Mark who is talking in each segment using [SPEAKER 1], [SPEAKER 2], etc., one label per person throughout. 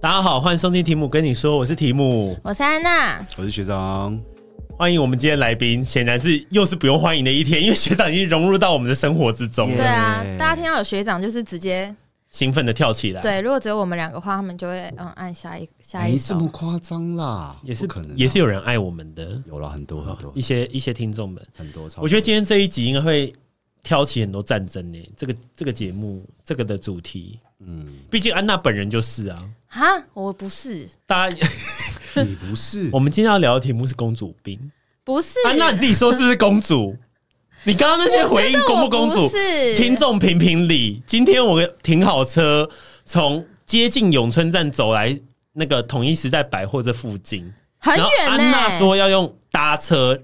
[SPEAKER 1] 大家好，欢迎收听题目跟你说，我是题目，
[SPEAKER 2] 我是安娜，
[SPEAKER 3] 我是学长，
[SPEAKER 1] 欢迎我们今天来宾，显然是又是不用欢迎的一天，因为学长已经融入到我们的生活之中了
[SPEAKER 3] 耶
[SPEAKER 2] 对啊，大家听到有学长就是直接
[SPEAKER 1] 兴奋的跳起来，，
[SPEAKER 2] 对，如果只有我们两个话，他们就会嗯按下一下
[SPEAKER 1] 哎
[SPEAKER 2] 一
[SPEAKER 3] 没这
[SPEAKER 2] 首。
[SPEAKER 3] 么夸张啦，
[SPEAKER 1] 也是
[SPEAKER 3] 不可能啊，
[SPEAKER 1] 也是有人爱我们的，
[SPEAKER 3] 有了很多很多
[SPEAKER 1] 一些一些听众们，
[SPEAKER 3] 很多，超
[SPEAKER 1] 我觉得今天这一集应该会挑起很多战争呢、这个这个节目这个的主题，
[SPEAKER 3] 嗯，
[SPEAKER 1] 毕竟安娜本人就是啊，
[SPEAKER 2] 哈，我不是，
[SPEAKER 1] 大家
[SPEAKER 3] 你不是
[SPEAKER 1] 我们今天要聊的题目是公主病，
[SPEAKER 2] 不是，
[SPEAKER 1] 安娜你自己说是不是公主？你刚刚那些回应公
[SPEAKER 2] 我
[SPEAKER 1] 不公主？
[SPEAKER 2] 是
[SPEAKER 1] 听众评评理，今天我停好车，从接近永春站走来那个统一时代百货这附近，
[SPEAKER 2] 很
[SPEAKER 1] 然后
[SPEAKER 2] 远欸
[SPEAKER 1] 安
[SPEAKER 2] 呢、
[SPEAKER 1] 娜说要用搭车，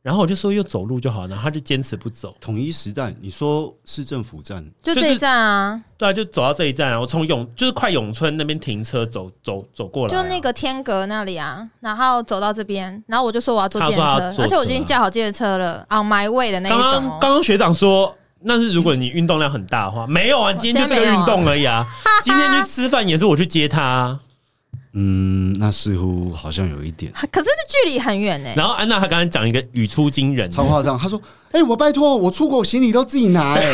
[SPEAKER 1] 然后我就说又走路就好，然后她就坚持不走。
[SPEAKER 3] 统一时代，你说市政府站
[SPEAKER 2] 就这一站啊，
[SPEAKER 1] 对啊，就走到这一站啊，我从永就是快永春那边停车走走走过来啊、
[SPEAKER 2] 就那个天阁那里啊，然后走到这边，然后我就说我要坐
[SPEAKER 1] 他
[SPEAKER 2] 电
[SPEAKER 1] 说
[SPEAKER 2] 车，
[SPEAKER 1] 他要坐
[SPEAKER 2] 而且我已
[SPEAKER 1] 车
[SPEAKER 2] 经
[SPEAKER 1] 啊
[SPEAKER 2] 叫好电车了，on my way 的那一
[SPEAKER 1] 刚
[SPEAKER 2] 种、
[SPEAKER 1] 刚
[SPEAKER 2] 哦。
[SPEAKER 1] 刚刚学长说。那是如果你运动量很大的话，没有啊，今天就这个运动而已
[SPEAKER 2] 哦
[SPEAKER 1] 啊。今天去吃饭也是我去接他、啊，
[SPEAKER 3] 嗯，那似乎好像有一点
[SPEAKER 2] 可是这距离很远欸呢、
[SPEAKER 1] 然后安娜她刚才讲一个语出惊人，
[SPEAKER 3] 超夸张。他说：“哎，我拜托，我出国行李都自己拿，哎，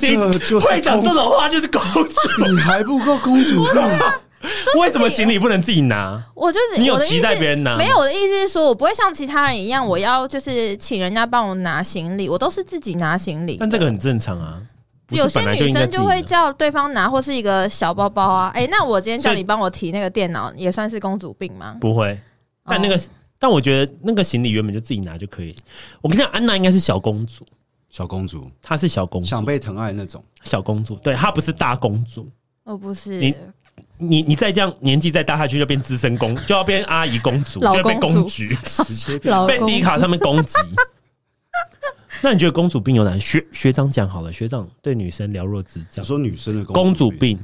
[SPEAKER 3] 这就是
[SPEAKER 1] 会讲这
[SPEAKER 3] 公
[SPEAKER 1] 种话就是公主。
[SPEAKER 3] 你还不够公主病，
[SPEAKER 1] 为什么行李不能自己拿？
[SPEAKER 2] 我就是
[SPEAKER 1] 你有
[SPEAKER 2] 我的意思
[SPEAKER 1] 期待别人拿吗
[SPEAKER 2] 没有，我的意思是说，我不会像其他人一样，我要就是请人家帮我拿行李，我都是自己拿行李的。
[SPEAKER 1] 但这个很正常啊，不是
[SPEAKER 2] 有些
[SPEAKER 1] 本来就
[SPEAKER 2] 女
[SPEAKER 1] 应该
[SPEAKER 2] 生
[SPEAKER 1] 自己
[SPEAKER 2] 就会
[SPEAKER 1] 拿
[SPEAKER 2] 叫对方拿，或是一个小包包啊。哎、那我今天叫
[SPEAKER 1] 所
[SPEAKER 2] 你帮我提那个电脑，也算是公主病吗？
[SPEAKER 1] 不会，但那个、但我觉得那个行李原本就自己拿就可以。我跟你讲，安娜应该是小公主，
[SPEAKER 3] 小公主
[SPEAKER 1] 她是小公
[SPEAKER 3] 想
[SPEAKER 1] 主，
[SPEAKER 3] 被疼爱那种。
[SPEAKER 1] 小公主，对她不是大公主。
[SPEAKER 2] 我不是
[SPEAKER 1] 你你你再这样年纪再大下去就变资深公，就要变阿姨公主，
[SPEAKER 2] 老
[SPEAKER 1] 就要被
[SPEAKER 2] 公主
[SPEAKER 1] 公举，
[SPEAKER 3] 直接变
[SPEAKER 2] 老
[SPEAKER 1] 被
[SPEAKER 2] 公
[SPEAKER 1] 迪卡上面攻击。那你觉得公主病有哪些？学学长讲好了，学长对女生了若指掌
[SPEAKER 3] 你。说女生的
[SPEAKER 1] 公
[SPEAKER 3] 主
[SPEAKER 1] 主，病，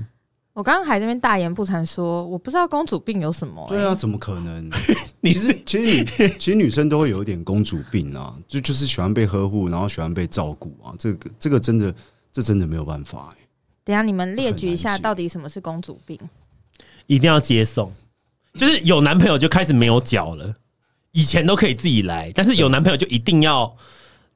[SPEAKER 2] 我刚刚还在那边大言不惭说，我不知道公主病有什么、
[SPEAKER 3] 对
[SPEAKER 1] 哎
[SPEAKER 2] 啊，
[SPEAKER 3] 啊，怎么可 能？其实，其实你，其实女生都会有一点公主病啊，就就是喜欢被呵护，然后喜欢被照顾啊。这个，这个真的，这真的没有办法、欸。
[SPEAKER 2] 等一下你们列举一
[SPEAKER 3] 很
[SPEAKER 2] 下，
[SPEAKER 3] 难解
[SPEAKER 2] 到底什么是公主病？
[SPEAKER 1] 一定要接送，就是有男朋友就开始没有脚了。以前都可以自己来，但是有男朋友就一定要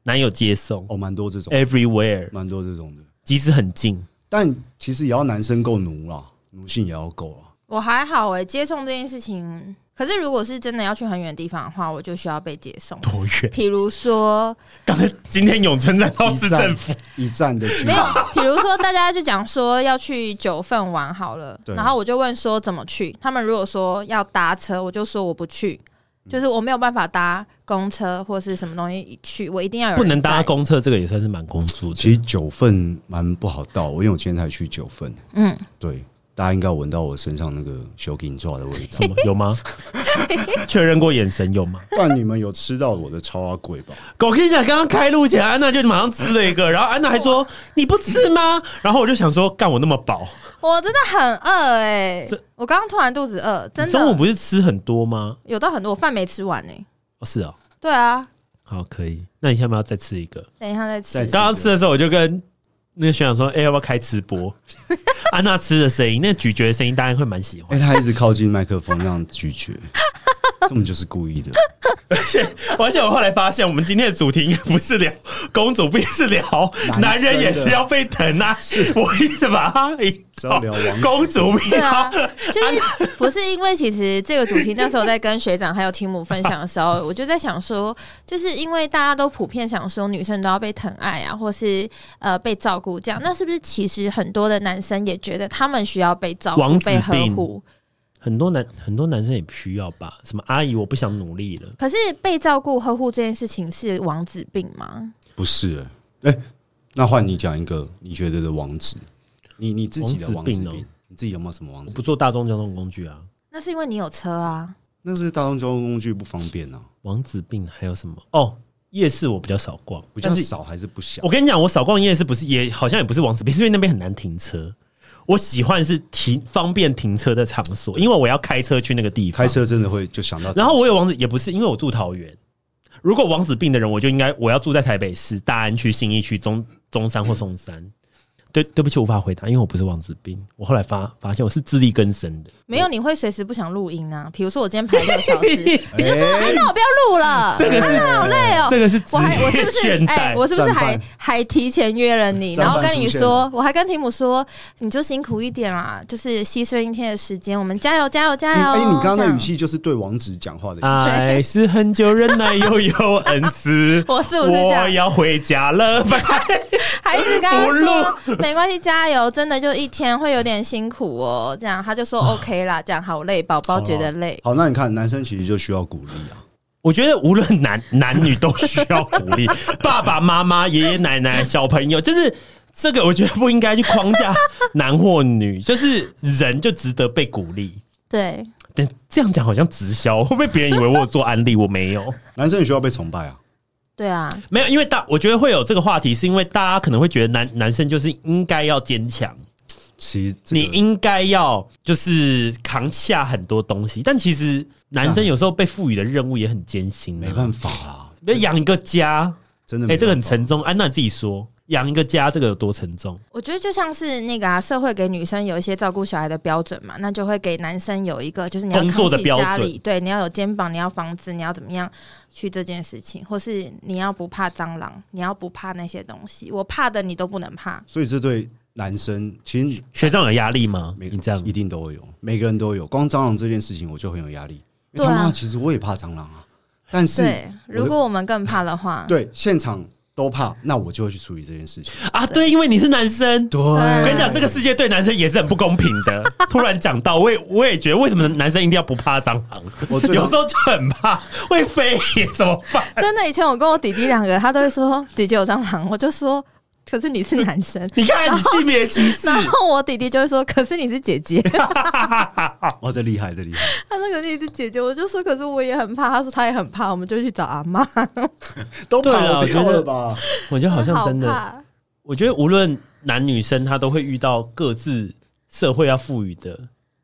[SPEAKER 1] 男友接送
[SPEAKER 3] 哦，蛮多这种，
[SPEAKER 1] ，everywhere，
[SPEAKER 3] 蛮多这种的。
[SPEAKER 1] 即使很近。
[SPEAKER 3] 但其实也要男生够奴啦，奴性也要够啊啦。
[SPEAKER 2] 我还好哎、接送这件事情。可是如果是真的要去很远的地方的话，我就需要被接送。
[SPEAKER 1] 多远？
[SPEAKER 2] 比如说，
[SPEAKER 1] 刚才今天永春站到市哦政府，
[SPEAKER 3] 一站的距离
[SPEAKER 2] 没，有，比如说大家就讲说要去九份玩好了，
[SPEAKER 3] 对
[SPEAKER 2] 然后我就问说怎么去，他们如果说要搭车，我就说我不去，就是我没有办法搭公车或是什么东西去，我一定要有人
[SPEAKER 1] 不能搭
[SPEAKER 2] 载，
[SPEAKER 1] 公厕，这个也算是蛮公主
[SPEAKER 3] 其
[SPEAKER 1] 的。
[SPEAKER 3] 实九份蛮不好到，我因为我今天才去九份，
[SPEAKER 2] 嗯，
[SPEAKER 3] 对，大家应该闻到我身上那个修金爪的味道。
[SPEAKER 1] 什 么有 吗？确认过眼神有吗？
[SPEAKER 3] 但你们有吃到我的超阿贵吧？
[SPEAKER 1] 我跟你讲，刚刚开录前，安娜就马上吃了一 个，然后安娜还说：“你不吃吗？”然后我就想说，干我那么饱，
[SPEAKER 2] 我真的很饿哎、
[SPEAKER 1] 这
[SPEAKER 2] 我刚刚突然肚子饿，真
[SPEAKER 1] 中午
[SPEAKER 2] 的
[SPEAKER 1] 不是吃很多吗？
[SPEAKER 2] 有到很多，我饭没吃完呢、
[SPEAKER 1] 哦，是哦，
[SPEAKER 2] 对啊，
[SPEAKER 1] 好，可以。那你下面要再吃一个？
[SPEAKER 2] 等一下再吃
[SPEAKER 3] 再。
[SPEAKER 1] 刚刚吃的时候，我就跟那个学长说：“哎、要不要开吃播？” 安娜吃的声音，那咀嚼的声音，大家会蛮喜欢。
[SPEAKER 3] 哎、他一直靠近麦克风，这样拒绝，根本就是故意的。
[SPEAKER 1] 而且我后来发现，我们今天的主题应该不是聊 公主病，是聊男
[SPEAKER 3] 男生的
[SPEAKER 1] 人也是要被疼啊！我一直把它引
[SPEAKER 3] 是
[SPEAKER 1] 到
[SPEAKER 3] 要聊王子
[SPEAKER 1] 公主
[SPEAKER 2] 对
[SPEAKER 1] 病
[SPEAKER 2] 啊，就是不是因为其实这个主题那时候在跟学长还有提姆分享的时候，我就在想说，就是因为大家都普遍想说女生都要被疼爱啊，或是呃被照顾这样，那是不是其实很多的男生也觉得他们需要被照顾
[SPEAKER 1] 王、子
[SPEAKER 2] 被呵
[SPEAKER 1] 病
[SPEAKER 2] 护？
[SPEAKER 1] 很多男很多男生也需要吧？什么阿姨，我不想努力了。
[SPEAKER 2] 可是被照顾、呵护这件事情是王子病吗？
[SPEAKER 3] 不是、欸，哎、那换你讲一个你觉得的王子，你你自己的王
[SPEAKER 1] 王
[SPEAKER 3] 子
[SPEAKER 1] 子
[SPEAKER 3] 病，
[SPEAKER 1] 病哦
[SPEAKER 3] 你自己有没有什么王
[SPEAKER 1] 我
[SPEAKER 3] 子
[SPEAKER 1] 不
[SPEAKER 3] 病？
[SPEAKER 1] 坐大众交通工具啊。
[SPEAKER 2] 那是因为你有车啊，
[SPEAKER 3] 那是大众交通工具不方便啊，
[SPEAKER 1] 王子病还有什么？哦，夜市我比较少逛，
[SPEAKER 3] 比较
[SPEAKER 1] 但是
[SPEAKER 3] 少还是不小
[SPEAKER 1] 我？跟你讲，我少逛夜市不是也好像也不是王子病，是因为那边很难停车。我喜欢是停方便停车的场所，因为我要开车去那个地方。
[SPEAKER 3] 开。车真的会就想到，
[SPEAKER 1] 然后我有王子也不是，因为我住桃园。如果王子病的人，我就应该我要住在台北市大安区、信义区、中中山或松山。对，对不起，无法回答，因为我不是王子斌。我后来发发现我是自力更生 的，
[SPEAKER 2] 没有，你会随时不想录音啊。比如说我今天排六小时， 你就说哎，那我不要录了，
[SPEAKER 1] 这个是
[SPEAKER 2] 真的好累哦。
[SPEAKER 1] 这个是
[SPEAKER 2] 我还我是不
[SPEAKER 1] 职业
[SPEAKER 2] 是
[SPEAKER 1] 倦怠
[SPEAKER 2] 哎、我是不是还
[SPEAKER 3] 战犯
[SPEAKER 2] 还提前约了你，
[SPEAKER 3] 战
[SPEAKER 2] 然
[SPEAKER 3] 犯
[SPEAKER 2] 后跟你
[SPEAKER 3] 出现
[SPEAKER 2] 说，我还跟提姆说，你就辛苦一点啦，就是牺牲一天的时间，我们加油加油加
[SPEAKER 3] 你
[SPEAKER 2] 油！
[SPEAKER 3] 哎、你刚刚
[SPEAKER 2] 这
[SPEAKER 3] 的
[SPEAKER 2] 样。
[SPEAKER 3] 语，气就是对王子讲话的意思。
[SPEAKER 1] 爱是很久忍耐又有恩慈
[SPEAKER 2] 我是不是这
[SPEAKER 1] 我
[SPEAKER 2] 样？
[SPEAKER 1] 要回家了，拜拜。
[SPEAKER 2] 还一直跟他
[SPEAKER 1] 不
[SPEAKER 2] 说没关系，加油，真的就一天会有点辛苦哦。这样他就说 OK 啦，这样好累，宝宝觉得
[SPEAKER 1] 哦
[SPEAKER 2] 累。
[SPEAKER 3] 好，那你看，男生其实就需要鼓励啊。
[SPEAKER 1] 我觉得无论男男女都需要鼓 励，爸爸妈妈、爷爷奶奶、小朋友，就是这个，我觉得不应该去框架男或女，就是人就值得被鼓励。
[SPEAKER 2] 对，
[SPEAKER 1] 但这样讲好像直销，会不会别人以为我有做安利？我没有，
[SPEAKER 3] 男生也需要被崇拜啊。
[SPEAKER 2] 对啊，
[SPEAKER 1] 没有，因为大我觉得会有这个话题，是因为大家可能会觉得男男生就是应该要坚强，
[SPEAKER 3] 其实、这个
[SPEAKER 1] 你应该要就是扛下很多东西，但其实男生有时候被赋予的任务也很艰辛、
[SPEAKER 3] 啊没
[SPEAKER 1] 法，
[SPEAKER 3] 办法啦，
[SPEAKER 1] 比如养一个家，
[SPEAKER 3] 真的
[SPEAKER 1] 哎、
[SPEAKER 3] 没办法。
[SPEAKER 1] 这个很沉重。安、啊、娜你自己说，养一个家这个有多沉重？
[SPEAKER 2] 我觉得就像是那个啊，社会给女生有一些照顾小孩的标准嘛，那就会给男生有一个，就是你要
[SPEAKER 1] 工作
[SPEAKER 2] 扛
[SPEAKER 1] 的
[SPEAKER 2] 起
[SPEAKER 1] 标准
[SPEAKER 2] 家里，对，你要有肩膀，你要房子，你要怎么样去这件事情，或是你要不怕蟑螂，你要不怕那些东西，我怕的你都不能怕。
[SPEAKER 3] 所以这对男生其实
[SPEAKER 1] 学长有压力吗？
[SPEAKER 3] 每
[SPEAKER 1] 你这样
[SPEAKER 3] 一定都会有，每个人都有。光蟑螂这件事情，我就很有压力。因为
[SPEAKER 2] 对啊
[SPEAKER 3] 他妈，其实我也怕蟑螂啊，但是
[SPEAKER 2] 对，
[SPEAKER 3] 我
[SPEAKER 2] 如
[SPEAKER 3] 的
[SPEAKER 2] 果我们更怕的话，
[SPEAKER 3] 对现场都怕，那我就会去处理这件事情。
[SPEAKER 1] 啊？对，因为你是男生。
[SPEAKER 3] 对，啊
[SPEAKER 1] 我跟你讲，这个世界对男生也是很不公平的。突然讲到，我也我也觉得，为什么男生一定要不怕蟑螂？
[SPEAKER 3] 我最
[SPEAKER 1] 有时候就很怕会飞，怎么办？，
[SPEAKER 2] 真的，以前我跟我弟弟两个，他都会说姐姐有蟑螂，我就说，可是你是男生
[SPEAKER 1] 你看你性别歧 视，
[SPEAKER 2] 然后我弟弟就会说，可是你是姐 姐，
[SPEAKER 3] 哦，这厉害，这厉害。
[SPEAKER 2] 他说可是你是姐姐，我就说可是我也很怕，他说他也很怕，我们就去找阿妈，
[SPEAKER 3] 都
[SPEAKER 1] 对啊
[SPEAKER 3] 跑
[SPEAKER 1] 我觉
[SPEAKER 3] 掉
[SPEAKER 1] 得
[SPEAKER 3] 了吧？
[SPEAKER 1] 我觉得好像真的，
[SPEAKER 2] 怕
[SPEAKER 1] 我觉得无论男女生，他都会遇到各自社会要赋予的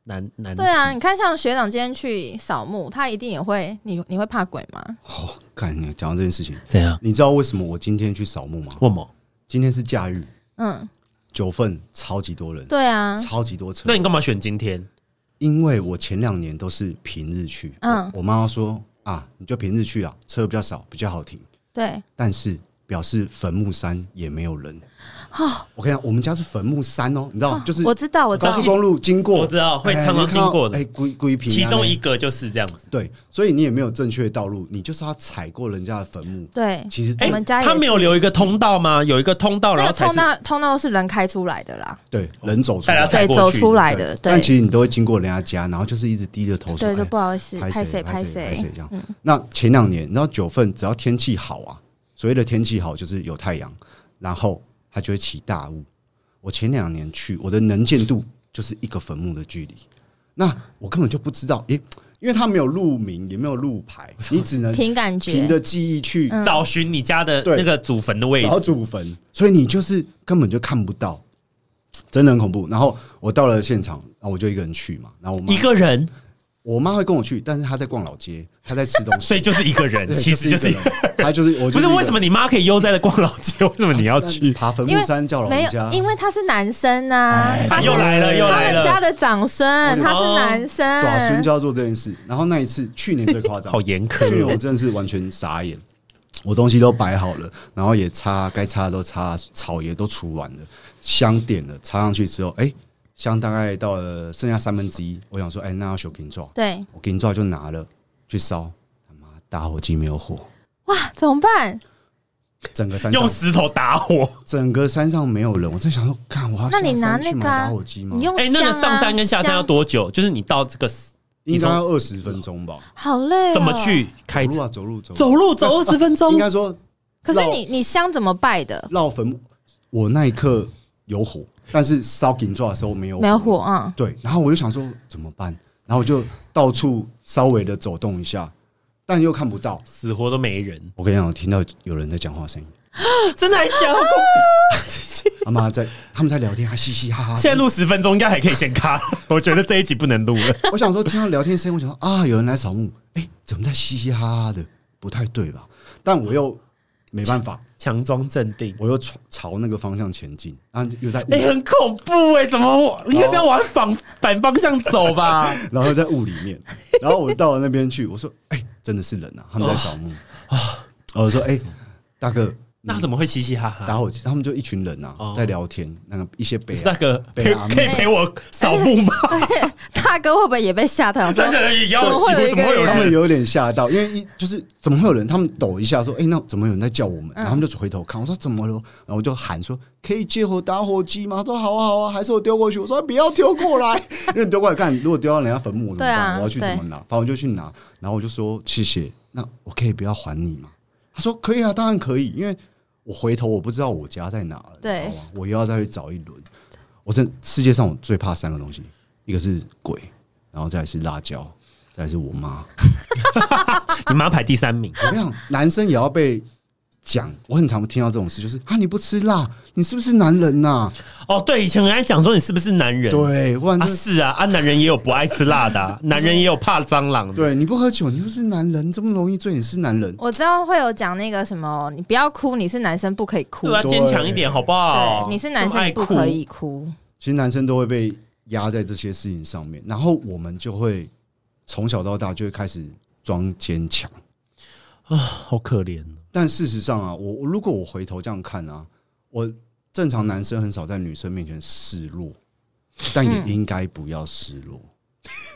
[SPEAKER 1] 难难题。
[SPEAKER 2] 对啊，你看像学长今天去扫墓，他一定也会，你你会怕鬼吗？
[SPEAKER 3] 哦，看你讲到这件事情，
[SPEAKER 1] 怎样？
[SPEAKER 3] 你知道为什么我今天去扫墓吗？
[SPEAKER 1] 问某？
[SPEAKER 3] 今天是假日，
[SPEAKER 2] 嗯，
[SPEAKER 3] 九份超级多人，
[SPEAKER 2] 对啊，
[SPEAKER 3] 超级多车
[SPEAKER 1] 那。你干嘛选今天？
[SPEAKER 3] 因为我前两年都是平日去，
[SPEAKER 2] 嗯
[SPEAKER 3] 嗯，我妈妈说啊，你就平日去啊，车比较少，比较好停。
[SPEAKER 2] 对，
[SPEAKER 3] 但是表示坟墓山也没有人。我跟你讲，我们家是坟墓山哦，你知道，就是
[SPEAKER 2] 哦我知道，我知
[SPEAKER 3] 高
[SPEAKER 2] 道
[SPEAKER 3] 速，公路经过，
[SPEAKER 1] 我知道会
[SPEAKER 3] 哎
[SPEAKER 1] 常常
[SPEAKER 3] 你看到
[SPEAKER 1] 经过的
[SPEAKER 3] 哎，龟龟平啊，
[SPEAKER 1] 其中一
[SPEAKER 3] 那
[SPEAKER 1] 个就是这样子。
[SPEAKER 3] 对，所以你也没有正确的道路，你就是要踩过人家的坟墓。
[SPEAKER 2] 对，
[SPEAKER 3] 其实
[SPEAKER 2] 哎我们家也是
[SPEAKER 1] 哎他没有留一个通道吗？有一个通道，然
[SPEAKER 2] 那
[SPEAKER 1] 后
[SPEAKER 2] 个
[SPEAKER 1] 才
[SPEAKER 2] 通
[SPEAKER 1] 是
[SPEAKER 2] 道通道是人开出来的啦，
[SPEAKER 3] 对人走出
[SPEAKER 1] 大家
[SPEAKER 3] 来，
[SPEAKER 1] 踩
[SPEAKER 2] 对，
[SPEAKER 1] 过
[SPEAKER 2] 走
[SPEAKER 1] 去
[SPEAKER 2] 出来的，
[SPEAKER 3] 但
[SPEAKER 2] 对，
[SPEAKER 3] 其实你都会经过人家家，然后就是一直低着头说，
[SPEAKER 2] 对，
[SPEAKER 3] 哎
[SPEAKER 2] 就不好意思，
[SPEAKER 3] 拍
[SPEAKER 2] 拍
[SPEAKER 3] 谁
[SPEAKER 2] 拍
[SPEAKER 3] 拍谁嗯拍
[SPEAKER 2] 谁
[SPEAKER 3] 谁，这样。那前两年，你知道九份只要天气好啊，所谓的天气好就是有太阳，然后它就会起大雾。我前两年去，我的能见度就是一个坟墓的距离，那我根本就不知道，诶、因为它没有路名，也没有路牌，你只 能
[SPEAKER 2] 凭感
[SPEAKER 3] 凭
[SPEAKER 2] 觉，
[SPEAKER 3] 着记忆去
[SPEAKER 2] 嗯
[SPEAKER 1] 找寻你家的
[SPEAKER 3] 对
[SPEAKER 1] 那个祖坟的位置
[SPEAKER 3] 找。祖坟，所以你就是根本就看不到，真的很恐怖。然后我到了现场，然后我就一个人去嘛，然后我妈
[SPEAKER 1] 一个人，
[SPEAKER 3] 我妈会跟我去，但是她在逛老街，她在吃东 西，
[SPEAKER 1] 所以就是一个人，
[SPEAKER 3] 对
[SPEAKER 1] 其实就是
[SPEAKER 3] 一个人她就是我
[SPEAKER 1] 不
[SPEAKER 3] 就是一个
[SPEAKER 1] 为什么哦你妈可以悠哉的逛老街， 为什么你要去？
[SPEAKER 3] 爬坟
[SPEAKER 2] 因
[SPEAKER 3] 墓
[SPEAKER 2] 为
[SPEAKER 3] 山叫老
[SPEAKER 2] 没
[SPEAKER 3] 人
[SPEAKER 2] 有，
[SPEAKER 3] 家？哎
[SPEAKER 2] 因为他是男生呐，
[SPEAKER 1] 啊，又来了，又
[SPEAKER 2] 他
[SPEAKER 1] 来
[SPEAKER 2] 们家
[SPEAKER 1] 了，
[SPEAKER 2] 的长孙，他是男
[SPEAKER 3] 短哦啊孙
[SPEAKER 2] 生，
[SPEAKER 3] 就要做这件事。然后那一次，去年最夸 张
[SPEAKER 1] 好，严苛
[SPEAKER 3] 去年我
[SPEAKER 1] 哦。
[SPEAKER 3] 真的是完全傻眼，我东西都摆好了，然后也擦，该擦的都擦，草也都除完了，香点了，插上去之后，哎、香大概到了剩下三分之一，我想说，哎、那要修金抓，
[SPEAKER 2] 对，
[SPEAKER 3] 我金抓就拿了去烧，他妈打火机没有火，
[SPEAKER 2] 哇，怎么办？
[SPEAKER 3] 整个山上
[SPEAKER 1] 用石头打火，
[SPEAKER 3] 整个山上没有人，我在想说，看我要
[SPEAKER 2] 那你
[SPEAKER 3] 下山
[SPEAKER 2] 拿那
[SPEAKER 3] 去
[SPEAKER 2] 个
[SPEAKER 3] 买
[SPEAKER 2] 啊
[SPEAKER 3] 打火机吗
[SPEAKER 2] 你？用
[SPEAKER 1] 哎、那个
[SPEAKER 2] 香啊
[SPEAKER 1] 上山跟下山要
[SPEAKER 2] 香
[SPEAKER 1] 多久？就是你到这个
[SPEAKER 3] 应该要二十分钟吧？
[SPEAKER 2] 好累，哦
[SPEAKER 1] 怎么？去开
[SPEAKER 3] 走
[SPEAKER 1] 车
[SPEAKER 3] 路啊，走路，走路，
[SPEAKER 1] 哎走路走二十分
[SPEAKER 3] 应
[SPEAKER 1] 钟，
[SPEAKER 3] 该说
[SPEAKER 2] 可是你你香怎么拜的？
[SPEAKER 3] 绕坟墓，我那一刻有火，但是烧金抓的时候没有
[SPEAKER 2] 没有火。啊、
[SPEAKER 3] 对，然后我就想说怎么办，然后我就到处稍微的走动一下，但又看不到。
[SPEAKER 1] 死活都没人，
[SPEAKER 3] 我跟你讲，我听到有人在讲话声音，
[SPEAKER 1] 真的还假的？
[SPEAKER 3] 他妈在 他们在聊天，还嘻嘻哈哈。
[SPEAKER 1] 现在录十分钟应该还可以先卡， 我觉得这一集不能录了。
[SPEAKER 3] 我想说听到聊天声音，我想说啊，有人来扫墓，哎、怎么在嘻嘻哈哈的？不太对吧？但我又没办法，
[SPEAKER 1] 强装镇定。
[SPEAKER 3] 我又朝朝那个方向前进，然后又在雾
[SPEAKER 1] 哎、很恐怖哎、怎么应该是要往反反方向走吧？
[SPEAKER 3] 然后在雾里面，然后我到了那边去，我说：“哎、真的是人啊，他们在扫墓。
[SPEAKER 1] 哦
[SPEAKER 3] 我说：“哎、大哥，
[SPEAKER 1] 那怎么会嘻嘻哈哈？
[SPEAKER 3] 打火机，他们就一群人啊，
[SPEAKER 1] 哦
[SPEAKER 3] 在聊天，那个一些北、
[SPEAKER 1] 是
[SPEAKER 3] 啊
[SPEAKER 1] 那，个
[SPEAKER 3] 北
[SPEAKER 1] 可以
[SPEAKER 3] 阿妹
[SPEAKER 1] 可以陪我扫墓吗？
[SPEAKER 2] 大哥会不会也被吓 到？
[SPEAKER 1] 真的也要
[SPEAKER 2] 怎么会有一
[SPEAKER 1] 怎
[SPEAKER 2] 个
[SPEAKER 1] 么会有
[SPEAKER 3] 他
[SPEAKER 1] 人
[SPEAKER 3] 们有点吓到，因为一就是怎么会有人？他们抖一下说：‘哎、那怎么有人在叫我
[SPEAKER 2] 嗯
[SPEAKER 3] 们？’然后他们就回头看，我说：‘怎么了？’然后我就喊说：‘可以借我打火机吗？’他说：‘好啊，好啊。’还是我丢过去？我说：‘不要丢过 来，因为你丢过来干，如果丢到人家坟墓我怎么
[SPEAKER 2] 对啊
[SPEAKER 3] 办？我要去怎么拿？反正我就去拿，然后我就说：‘谢谢，那我可以不要还你吗？’他说：‘可以啊，当然可以，因为我回头我不知道我家在哪了，
[SPEAKER 2] 对
[SPEAKER 3] 你知道吗我又要再去找一轮。’我真世界上我最怕三个东西，一个是鬼，然后再来是辣椒，再来是我妈。”
[SPEAKER 1] 你妈排第三名，
[SPEAKER 3] 我跟你讲，男生也要被讲。我很常听到这种事，就是啊，你不吃辣，你是不是男人呐、
[SPEAKER 1] 哦，对，以前人家讲说你是不是男人？
[SPEAKER 3] 对，不然
[SPEAKER 1] 啊，
[SPEAKER 3] 就是
[SPEAKER 1] 啊，啊，男人也有不爱吃辣的、啊，男人也有怕蟑螂啊的。
[SPEAKER 3] 对你不喝酒，你就是男人，这么容易醉，你是男人。
[SPEAKER 2] 我知道会有讲那个什么，你不要哭，你是男生不可以哭。
[SPEAKER 1] 对啊，
[SPEAKER 3] 对
[SPEAKER 1] 坚强一点好不好？
[SPEAKER 2] 对，你是男
[SPEAKER 1] 这么
[SPEAKER 2] 生
[SPEAKER 1] 爱
[SPEAKER 2] 你不
[SPEAKER 1] 哭
[SPEAKER 2] 可以哭。
[SPEAKER 3] 其实男生都会被压在这些事情上面，然后我们就会从小到大就会开始装坚强。
[SPEAKER 1] 好可怜哦。
[SPEAKER 3] 但事实上啊，我我如果我回头这样看啊，我正常男生很少在女生面前示弱，但
[SPEAKER 1] 嗯
[SPEAKER 3] 也应该不要示弱，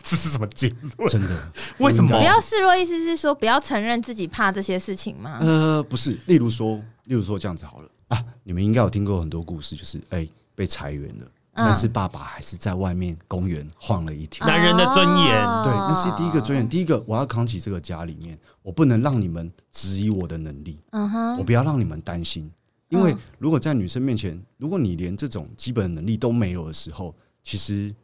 [SPEAKER 1] 这是什么结论？
[SPEAKER 3] 真的。
[SPEAKER 1] 为什么
[SPEAKER 2] 不？要示弱，意思是说不要承认自己怕这些事情吗？
[SPEAKER 1] 嗯
[SPEAKER 3] 呃，不是，例如说，例如说这样子好了啊，你们应该有听过很多故事，就是哎、被裁员了，但是爸爸还是在外面公园晃了一天。
[SPEAKER 1] 男人的尊严
[SPEAKER 2] 哦
[SPEAKER 3] 对，那是第一个尊严。第一个，我要扛起这个家里面，我不能让你们质疑我的能力，
[SPEAKER 2] 嗯
[SPEAKER 3] 我
[SPEAKER 2] 哼，
[SPEAKER 3] 不要让你们担心，因为如果在女生面前，如果你连这种基本能力都没有的时候，其实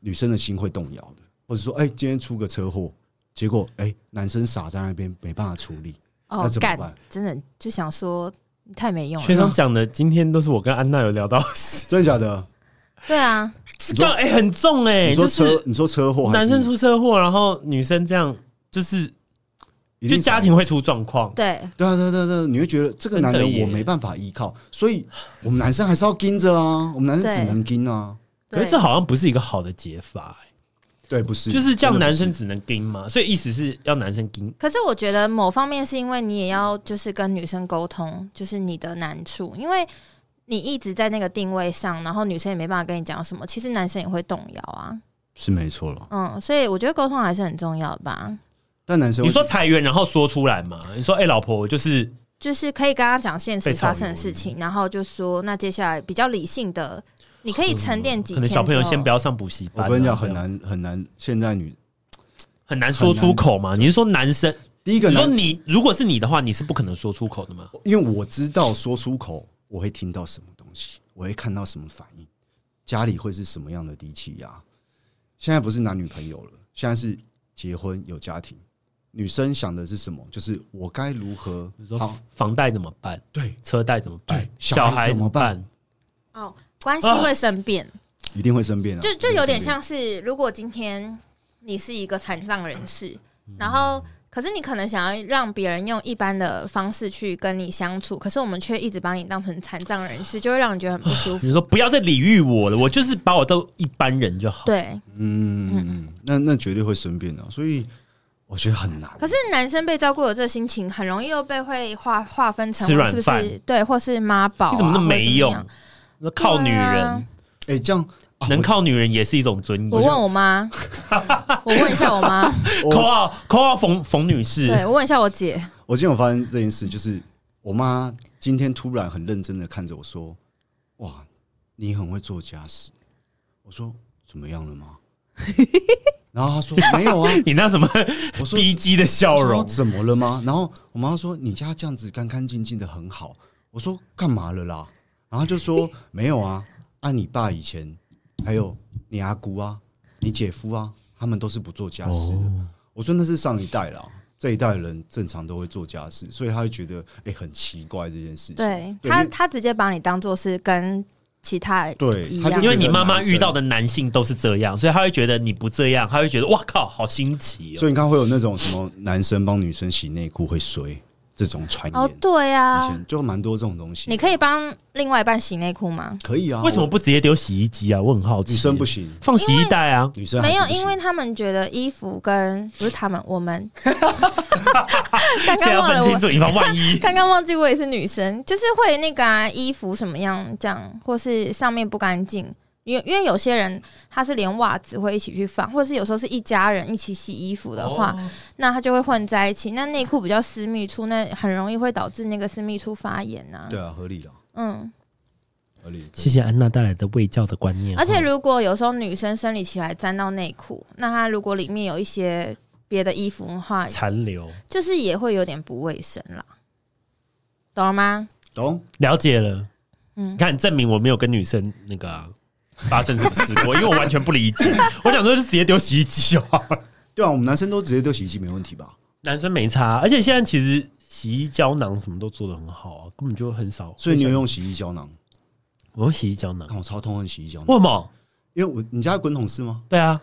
[SPEAKER 3] 女生的心会动摇的，或者说，哎、今天出个车祸，结果哎、男生傻在那边没办法处理，那
[SPEAKER 2] 哦
[SPEAKER 3] 怎么
[SPEAKER 2] 干
[SPEAKER 3] 办，
[SPEAKER 2] 真的就想说太没用
[SPEAKER 1] 学长
[SPEAKER 2] 了。
[SPEAKER 1] 讲的，今天都是我跟安娜有聊 到，
[SPEAKER 3] 真的假的？
[SPEAKER 2] 对啊，
[SPEAKER 1] 这个哎很重哎，
[SPEAKER 3] 你说
[SPEAKER 1] 就
[SPEAKER 3] 车，
[SPEAKER 1] 是
[SPEAKER 3] 你说车祸还是，
[SPEAKER 1] 男生出车祸，然后女生这样，就是
[SPEAKER 3] 一
[SPEAKER 1] 就
[SPEAKER 3] 定
[SPEAKER 1] 家
[SPEAKER 3] 是
[SPEAKER 1] 庭会出状况。
[SPEAKER 2] 对，
[SPEAKER 3] 对啊，对啊对啊对啊，你会觉得这个男
[SPEAKER 1] 真的
[SPEAKER 3] 人
[SPEAKER 1] 耶
[SPEAKER 3] 我没办法依靠，所以我们男生还是要跟着啊，我们男生只能跟啊，
[SPEAKER 1] 可
[SPEAKER 2] 对
[SPEAKER 1] 是这好像不是一个好的解法、哎
[SPEAKER 3] 对，不是，
[SPEAKER 1] 就是这样，
[SPEAKER 3] 真的不
[SPEAKER 1] 男
[SPEAKER 3] 是
[SPEAKER 1] 生只能盯嘛，所以意思是要男生盯。
[SPEAKER 2] 可是我觉得某方面是因为你也要就是跟女生沟通，就是你的难处，因为你一直在那个定位上，然后女生也没办法跟你讲什么，其实男生也会动摇啊。
[SPEAKER 3] 是没错了，
[SPEAKER 2] 嗯，所以我觉得沟通还是很重要的吧。
[SPEAKER 3] 但男生
[SPEAKER 1] 你说裁员，然后说出来嘛？你说，哎、老婆，我就是
[SPEAKER 2] 就是可以跟他讲现实
[SPEAKER 1] 被炒
[SPEAKER 2] 发生的事情，然后就说那接下来比较理性的，你可以沉淀几
[SPEAKER 1] 可能
[SPEAKER 2] 天之后。
[SPEAKER 1] 小朋友先不要上补习
[SPEAKER 3] 我
[SPEAKER 1] 班、
[SPEAKER 3] 跟你讲
[SPEAKER 1] 然后
[SPEAKER 3] 很
[SPEAKER 1] 这样
[SPEAKER 3] 难很难，现在女
[SPEAKER 1] 很难说出口嘛。你是说男生？
[SPEAKER 3] 第一个
[SPEAKER 1] 你说
[SPEAKER 3] 男，
[SPEAKER 1] 你如果是你的话，你是不可能说出口的嘛？
[SPEAKER 3] 因为我知道说出口我会听到什么东西，我会看到什么反应，家里会是什么样的低气压。现在不是男女朋友了，现在是结婚有家庭，女生想的是什么？就是我该如何
[SPEAKER 1] 你说
[SPEAKER 3] 好
[SPEAKER 1] 房贷怎么办？
[SPEAKER 3] 对，
[SPEAKER 1] 车贷怎么办
[SPEAKER 3] 对？小
[SPEAKER 1] 小
[SPEAKER 3] 孩
[SPEAKER 1] 孩
[SPEAKER 3] 怎
[SPEAKER 1] 怎么
[SPEAKER 3] 么办
[SPEAKER 1] 办？
[SPEAKER 2] 哦，关系会生变，
[SPEAKER 3] 一定会生病啊，
[SPEAKER 2] 就就有点像
[SPEAKER 3] 一定会生
[SPEAKER 2] 是，如果今天你是一个残障人士，然后可是你可能想要让别人用一般的方式去跟你相处，可是我们却一直把你当成残障人士，就会让你觉得很不舒
[SPEAKER 3] 嗯
[SPEAKER 1] 你
[SPEAKER 2] 服。
[SPEAKER 1] 说不要再礼遇我了，我就是把我当一般人就好。
[SPEAKER 2] 对，
[SPEAKER 3] 病嗯，那那绝对会生病啊，所以我觉得很难。
[SPEAKER 2] 可是男生被照顾的这心情，很容易又被会划划分成
[SPEAKER 1] 吃软
[SPEAKER 2] 是不是
[SPEAKER 1] 饭
[SPEAKER 2] 对，或是妈宝、啊，
[SPEAKER 1] 你怎么那么没
[SPEAKER 2] 或者怎么样
[SPEAKER 1] 用？那靠女
[SPEAKER 2] 对
[SPEAKER 1] 人
[SPEAKER 2] 啊，
[SPEAKER 3] 哎、这样、啊
[SPEAKER 1] 能靠女人也是一种尊
[SPEAKER 2] 我问
[SPEAKER 1] 严。
[SPEAKER 2] 我 妈，我问一下我妈，
[SPEAKER 3] 我
[SPEAKER 1] 扣号扣号冯冯女士，
[SPEAKER 2] 对我问一下我姐，
[SPEAKER 3] 我今天有发现这件事，就是我妈今天突然很认真的看着我说：“哇，你很会做家事。”我说：“怎么样了吗？”然后她说：“没有啊。
[SPEAKER 1] 你那什么”
[SPEAKER 3] 我说：“
[SPEAKER 1] 逼机的笑
[SPEAKER 3] 我说
[SPEAKER 1] 容，
[SPEAKER 3] 怎么了吗？”然后我妈说：“你家这样子干干净净的很好。”我说：“干嘛了啦？”然后她 就说：“没有啊，按、你爸以前，还有你阿姑啊，你姐夫啊，他们都是不做家事的。
[SPEAKER 1] 哦
[SPEAKER 3] 我说那是上一代啦，这一代人正常都会做家事，所以他会觉得哎、诶很奇怪这件事情。
[SPEAKER 2] 对
[SPEAKER 3] 对
[SPEAKER 2] 她
[SPEAKER 3] 因为
[SPEAKER 2] 她直接把你当做是跟其他
[SPEAKER 3] 对
[SPEAKER 2] 一
[SPEAKER 3] 她
[SPEAKER 2] 样
[SPEAKER 3] 就，
[SPEAKER 1] 因为你妈妈遇到的男性都是这样，所以她会觉得你不这样，她会觉得哇靠，好新奇哦。
[SPEAKER 3] 所以你看会有那种什么男生帮女生洗内裤会衰，这种传言。
[SPEAKER 2] 哦，对
[SPEAKER 3] 以
[SPEAKER 2] 啊，
[SPEAKER 3] 前就蛮多这种东西。
[SPEAKER 2] 你可以帮另外一半洗内裤吗？
[SPEAKER 3] 可以啊？
[SPEAKER 1] 为什么不直接丢洗衣机啊？我很好奇，
[SPEAKER 3] 女生不行？
[SPEAKER 1] 放洗衣袋啊？
[SPEAKER 3] 女生还
[SPEAKER 2] 没
[SPEAKER 3] 是
[SPEAKER 2] 有，
[SPEAKER 3] 不行
[SPEAKER 2] 因为他们觉得衣服跟不是他们，我们刚
[SPEAKER 1] 现在
[SPEAKER 2] 啊刚
[SPEAKER 1] 要
[SPEAKER 2] 忘了
[SPEAKER 1] 分清
[SPEAKER 2] 我。。
[SPEAKER 1] 楚，以防万一
[SPEAKER 2] 刚刚忘记我也是女生，就是会那个、啊、衣服什么样这样，或是上面不干净，因为因为有些人他是连袜子会一起去放，或者是有时候是一家人一起洗衣服的话，
[SPEAKER 1] 哦
[SPEAKER 2] 那它就会混在一起。那内裤比较私密处，那很容易会导致那个私密处发炎呐、
[SPEAKER 3] 对啊，合理了，
[SPEAKER 2] 嗯，
[SPEAKER 3] 合理。
[SPEAKER 1] 谢谢安娜带来的卫教的观念。
[SPEAKER 2] 而且
[SPEAKER 1] 哦
[SPEAKER 2] 如果有时候女生生理期来沾到内裤，那它如果里面有一些别的衣服的话，
[SPEAKER 1] 残留
[SPEAKER 2] 就是也会有点不卫生啦，懂了吗？
[SPEAKER 3] 懂？
[SPEAKER 1] 了解了，
[SPEAKER 2] 嗯
[SPEAKER 1] 你看证明我没有跟女生那个啊、发生什么事过，因为 我完全不理解。我想说就直接丢洗衣机就好了，
[SPEAKER 3] 对啊，我们男生都直接丢洗衣机没问题吧？
[SPEAKER 1] 男生没差。而且现在其实洗衣胶囊什么都做的很好啊，根本就很少。
[SPEAKER 3] 所以你有用洗衣胶囊？哦
[SPEAKER 1] 我用洗衣胶囊
[SPEAKER 3] 看，我超痛恨洗衣胶
[SPEAKER 1] 为
[SPEAKER 3] 囊，
[SPEAKER 1] 什么？
[SPEAKER 3] 因为我你家有滚筒式吗？
[SPEAKER 1] 对啊，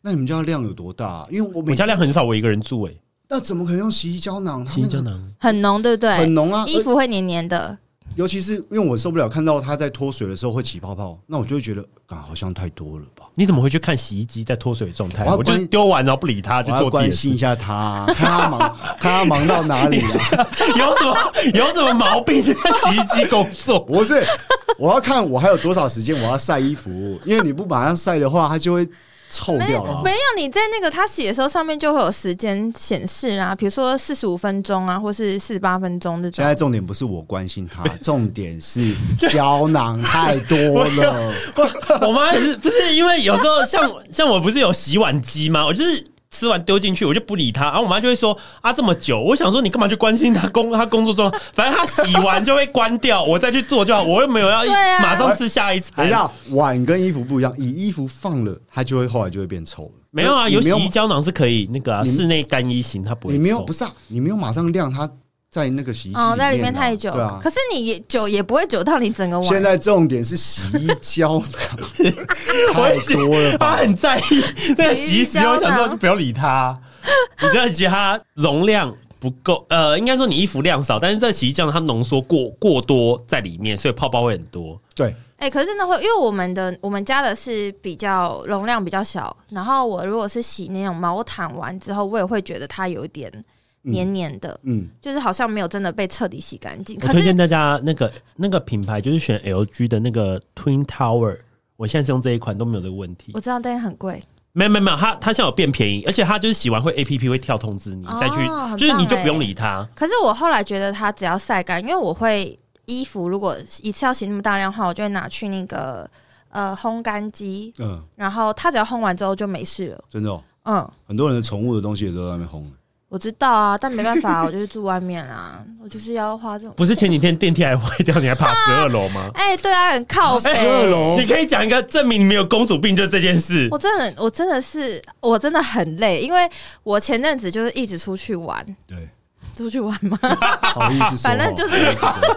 [SPEAKER 3] 那你们家量有多大、啊？因为我
[SPEAKER 1] 我
[SPEAKER 3] 每次
[SPEAKER 1] 家量很少，我一个人住诶、欸
[SPEAKER 3] 那怎么可能用洗衣胶囊？它
[SPEAKER 1] 洗衣
[SPEAKER 3] 那
[SPEAKER 1] 胶
[SPEAKER 3] 个
[SPEAKER 1] 囊
[SPEAKER 2] 很浓，对不
[SPEAKER 3] 很
[SPEAKER 2] 对？
[SPEAKER 3] 浓啊，
[SPEAKER 2] 衣服会黏黏的，
[SPEAKER 3] 呃尤其是因为我受不了看到它在脱水的时候会起泡泡，那我就会觉得，啊，好像太多了吧。
[SPEAKER 1] 你怎么会去看洗衣机在脱水的状态？
[SPEAKER 3] 我要
[SPEAKER 1] 我就
[SPEAKER 3] 关
[SPEAKER 1] 丢完然后不理它，
[SPEAKER 3] 我
[SPEAKER 1] 就
[SPEAKER 3] 要
[SPEAKER 1] 做自己
[SPEAKER 3] 关
[SPEAKER 1] 的
[SPEAKER 3] 心一
[SPEAKER 1] 事。
[SPEAKER 3] 下他，看他忙， 看他忙到哪里啊了、
[SPEAKER 1] 有什么有什么毛病就在洗衣机工作？
[SPEAKER 3] 不是，我要看我还有多少时间，我要晒衣服，因为你不马上晒的话，它就会臭掉了啊。
[SPEAKER 2] 没有，你在那个他洗的时候，上面就会有时间显示啊，比如说四十五分钟啊，或是四十八分钟这
[SPEAKER 3] 现
[SPEAKER 2] 种。
[SPEAKER 3] 在重点不是我关心他， 重点是胶囊太多 了。
[SPEAKER 1] 我妈也是不是因为有时候像像我不是有洗碗机吗？我就是吃完丢进去，我就不理她，然后我妈就会说啊这么久，我想说你干嘛去关心她工 她工作中，反正她洗完就会关掉，我再去做就好，我又没有要一、
[SPEAKER 2] 对啊
[SPEAKER 1] 马上吃下一
[SPEAKER 3] 等
[SPEAKER 1] 餐
[SPEAKER 3] 一。下，碗跟衣服不一样，以衣服放了，它就会后来就会变臭了。
[SPEAKER 1] 没有啊，
[SPEAKER 3] 你
[SPEAKER 1] 有洗
[SPEAKER 3] 没
[SPEAKER 1] 衣胶囊是可以那个、啊、
[SPEAKER 3] 你
[SPEAKER 1] 室内干衣型，它不会
[SPEAKER 3] 你没有
[SPEAKER 1] 臭
[SPEAKER 3] 不是啊，你没有马上晾它在那个洗衣机、
[SPEAKER 2] 哦，在里
[SPEAKER 3] 面
[SPEAKER 2] 面
[SPEAKER 3] 啊
[SPEAKER 2] 太久，
[SPEAKER 3] 对啊
[SPEAKER 2] 可。是你也久也不会久到你整个晚
[SPEAKER 3] 现在重点是洗衣胶囊 太多了
[SPEAKER 1] 他
[SPEAKER 3] 吧？
[SPEAKER 1] 很在意那个洗衣机，我想说就不要理他。你就觉得它容量不够，呃，应该说你衣服量少，但是在洗衣机上它浓缩过过多在里面，所以泡泡会很多。
[SPEAKER 3] 对，
[SPEAKER 2] 哎、可是真的会，因为我们的我们家的是比较容量比较小，然后我如果是洗那种毛毯完之后，我也会觉得它有一点黏黏的，
[SPEAKER 3] 嗯，
[SPEAKER 2] 就是好像没有真的被彻底洗干净。
[SPEAKER 1] 我
[SPEAKER 2] 可
[SPEAKER 1] 推荐
[SPEAKER 2] 是
[SPEAKER 1] 大家那个那个品牌就是选 LG 的那个 Twin Tower，我现在是用这一款都没有这个问题
[SPEAKER 2] 我。知道，但是很贵，
[SPEAKER 1] 没有没有没有，它它现在有变便宜，而且它就是洗完会 A P P 会跳通知你，
[SPEAKER 2] 哦
[SPEAKER 1] 再去
[SPEAKER 2] 很
[SPEAKER 1] 就是你就
[SPEAKER 2] 棒
[SPEAKER 1] 不用
[SPEAKER 2] 欸
[SPEAKER 1] 理它。
[SPEAKER 2] 可是我后来觉得它只要晒干，因为我会衣服如果一次要洗那么大量的话，我就会拿去那个呃烘干机，
[SPEAKER 3] 嗯，
[SPEAKER 2] 然后它只要烘完之后就没事了。
[SPEAKER 3] 真的、哦，
[SPEAKER 2] 嗯，
[SPEAKER 3] 很多人的宠物的东西也都在那边烘。
[SPEAKER 2] 我知道啊，但没办法，我就是住外面啊，我就是要花这种。
[SPEAKER 1] 不是前几天电梯还坏掉，你还 爬十二楼吗？哎
[SPEAKER 2] 哎、对啊，很靠北。
[SPEAKER 3] 哎二楼
[SPEAKER 1] 你可以讲一个证明你没有公主病，就是这件事。
[SPEAKER 2] 我真的，我真的是，我真的很累，因为我前阵子就是一直出去玩，
[SPEAKER 3] 对，
[SPEAKER 2] 出去玩 嘛，
[SPEAKER 3] 好意思说哦，
[SPEAKER 2] 反正就是
[SPEAKER 3] 好意思说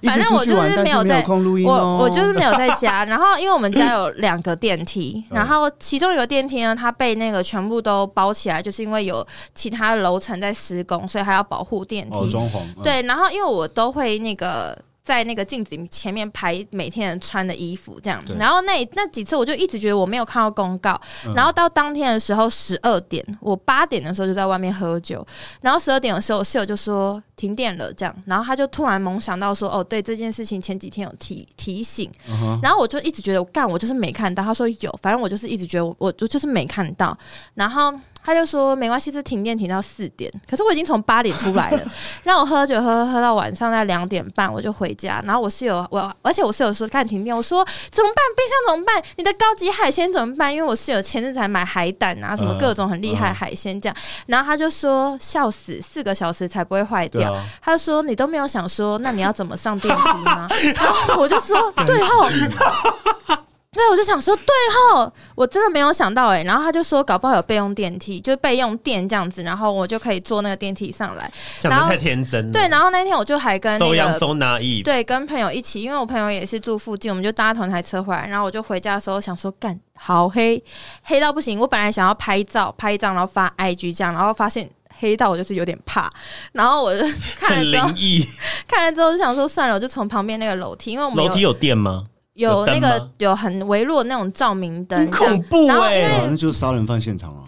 [SPEAKER 3] 一直
[SPEAKER 2] 反正我
[SPEAKER 3] 出去
[SPEAKER 2] 就
[SPEAKER 3] 玩
[SPEAKER 2] 是
[SPEAKER 3] 但
[SPEAKER 2] 没有
[SPEAKER 3] 是
[SPEAKER 2] 在
[SPEAKER 3] 有空录音哦
[SPEAKER 2] 我。我就是没有在家。然后因为我们家有两个电梯，
[SPEAKER 3] 嗯
[SPEAKER 2] 然后其中有个电梯呢，它被那个全部都包起来，就是因为有其他楼层在施工，所以还要保护电
[SPEAKER 3] 哦，
[SPEAKER 2] 梯。
[SPEAKER 3] 装潢，嗯，
[SPEAKER 2] 对，然后因为我都会那个。在那个镜子前面拍每天穿的衣服，这样
[SPEAKER 3] 对。
[SPEAKER 2] 然后那那几次我就一直觉得我没有看到公告，
[SPEAKER 3] 嗯
[SPEAKER 2] 然后到当天的时候十二点，我八点的时候就在外面喝酒，然后十二点的时候我室友就说停电了这样，然后他就突然猛想到说哦对这件事情前几天有提提醒，
[SPEAKER 3] 嗯哼
[SPEAKER 2] 然后我就一直觉得我干我就是没看到，他说有，反正我就是一直觉得我我我就是没看到，然后。他就说没关系，这停电停到四点，可是我已经从八点出来 了，让我喝酒喝喝到晚上在两点半我就回家，然后我室友我而且我室友说看停电，我说怎么办？冰箱怎么办？你的高级海鲜怎么办？因为我室友前阵子还买海胆啊，什么
[SPEAKER 3] 嗯
[SPEAKER 2] 各种很厉害的
[SPEAKER 3] 嗯
[SPEAKER 2] 海鲜这样，然后他就说笑死，四个小时才不会坏
[SPEAKER 3] 对
[SPEAKER 2] 掉。
[SPEAKER 3] 啊，
[SPEAKER 2] 他说：“你都没有想说，那你要怎么上电梯 吗？”然后我就说：“对吼。”对，我就想说，对吼，我真的没有想到哎、然后他就说，搞不好有备用电梯，就是备用电这样子，然后我就可以坐那个电梯上来。
[SPEAKER 1] 想的太天真
[SPEAKER 3] 嗯
[SPEAKER 1] 了。
[SPEAKER 2] 对，然后那天我就还跟
[SPEAKER 1] 收
[SPEAKER 2] 那
[SPEAKER 1] 养
[SPEAKER 2] 个
[SPEAKER 1] 收拿意，
[SPEAKER 2] 对，跟朋友一起，因为我朋友也是住附近，我们就搭同一台车回来。然后我就回家的时候想说，干，好黑，黑到不行。我本来想要拍照，拍一张，然后发 IG 这样，然后发现黑到我就是有点怕，然后我就 看
[SPEAKER 1] 很
[SPEAKER 2] 了之后
[SPEAKER 1] 灵异。
[SPEAKER 2] 看了之后就想说算了，我就从旁边那个楼梯，因为我们
[SPEAKER 1] 楼
[SPEAKER 2] 有
[SPEAKER 1] 梯有电吗？
[SPEAKER 2] 有
[SPEAKER 1] 有灯
[SPEAKER 2] 那
[SPEAKER 1] 吗
[SPEAKER 2] 个有很微弱的那种照明灯，
[SPEAKER 1] 很
[SPEAKER 2] 这样
[SPEAKER 1] 恐怖
[SPEAKER 2] 然后因
[SPEAKER 1] 哎、
[SPEAKER 2] 为
[SPEAKER 3] 啊，那就是杀人犯现场啊！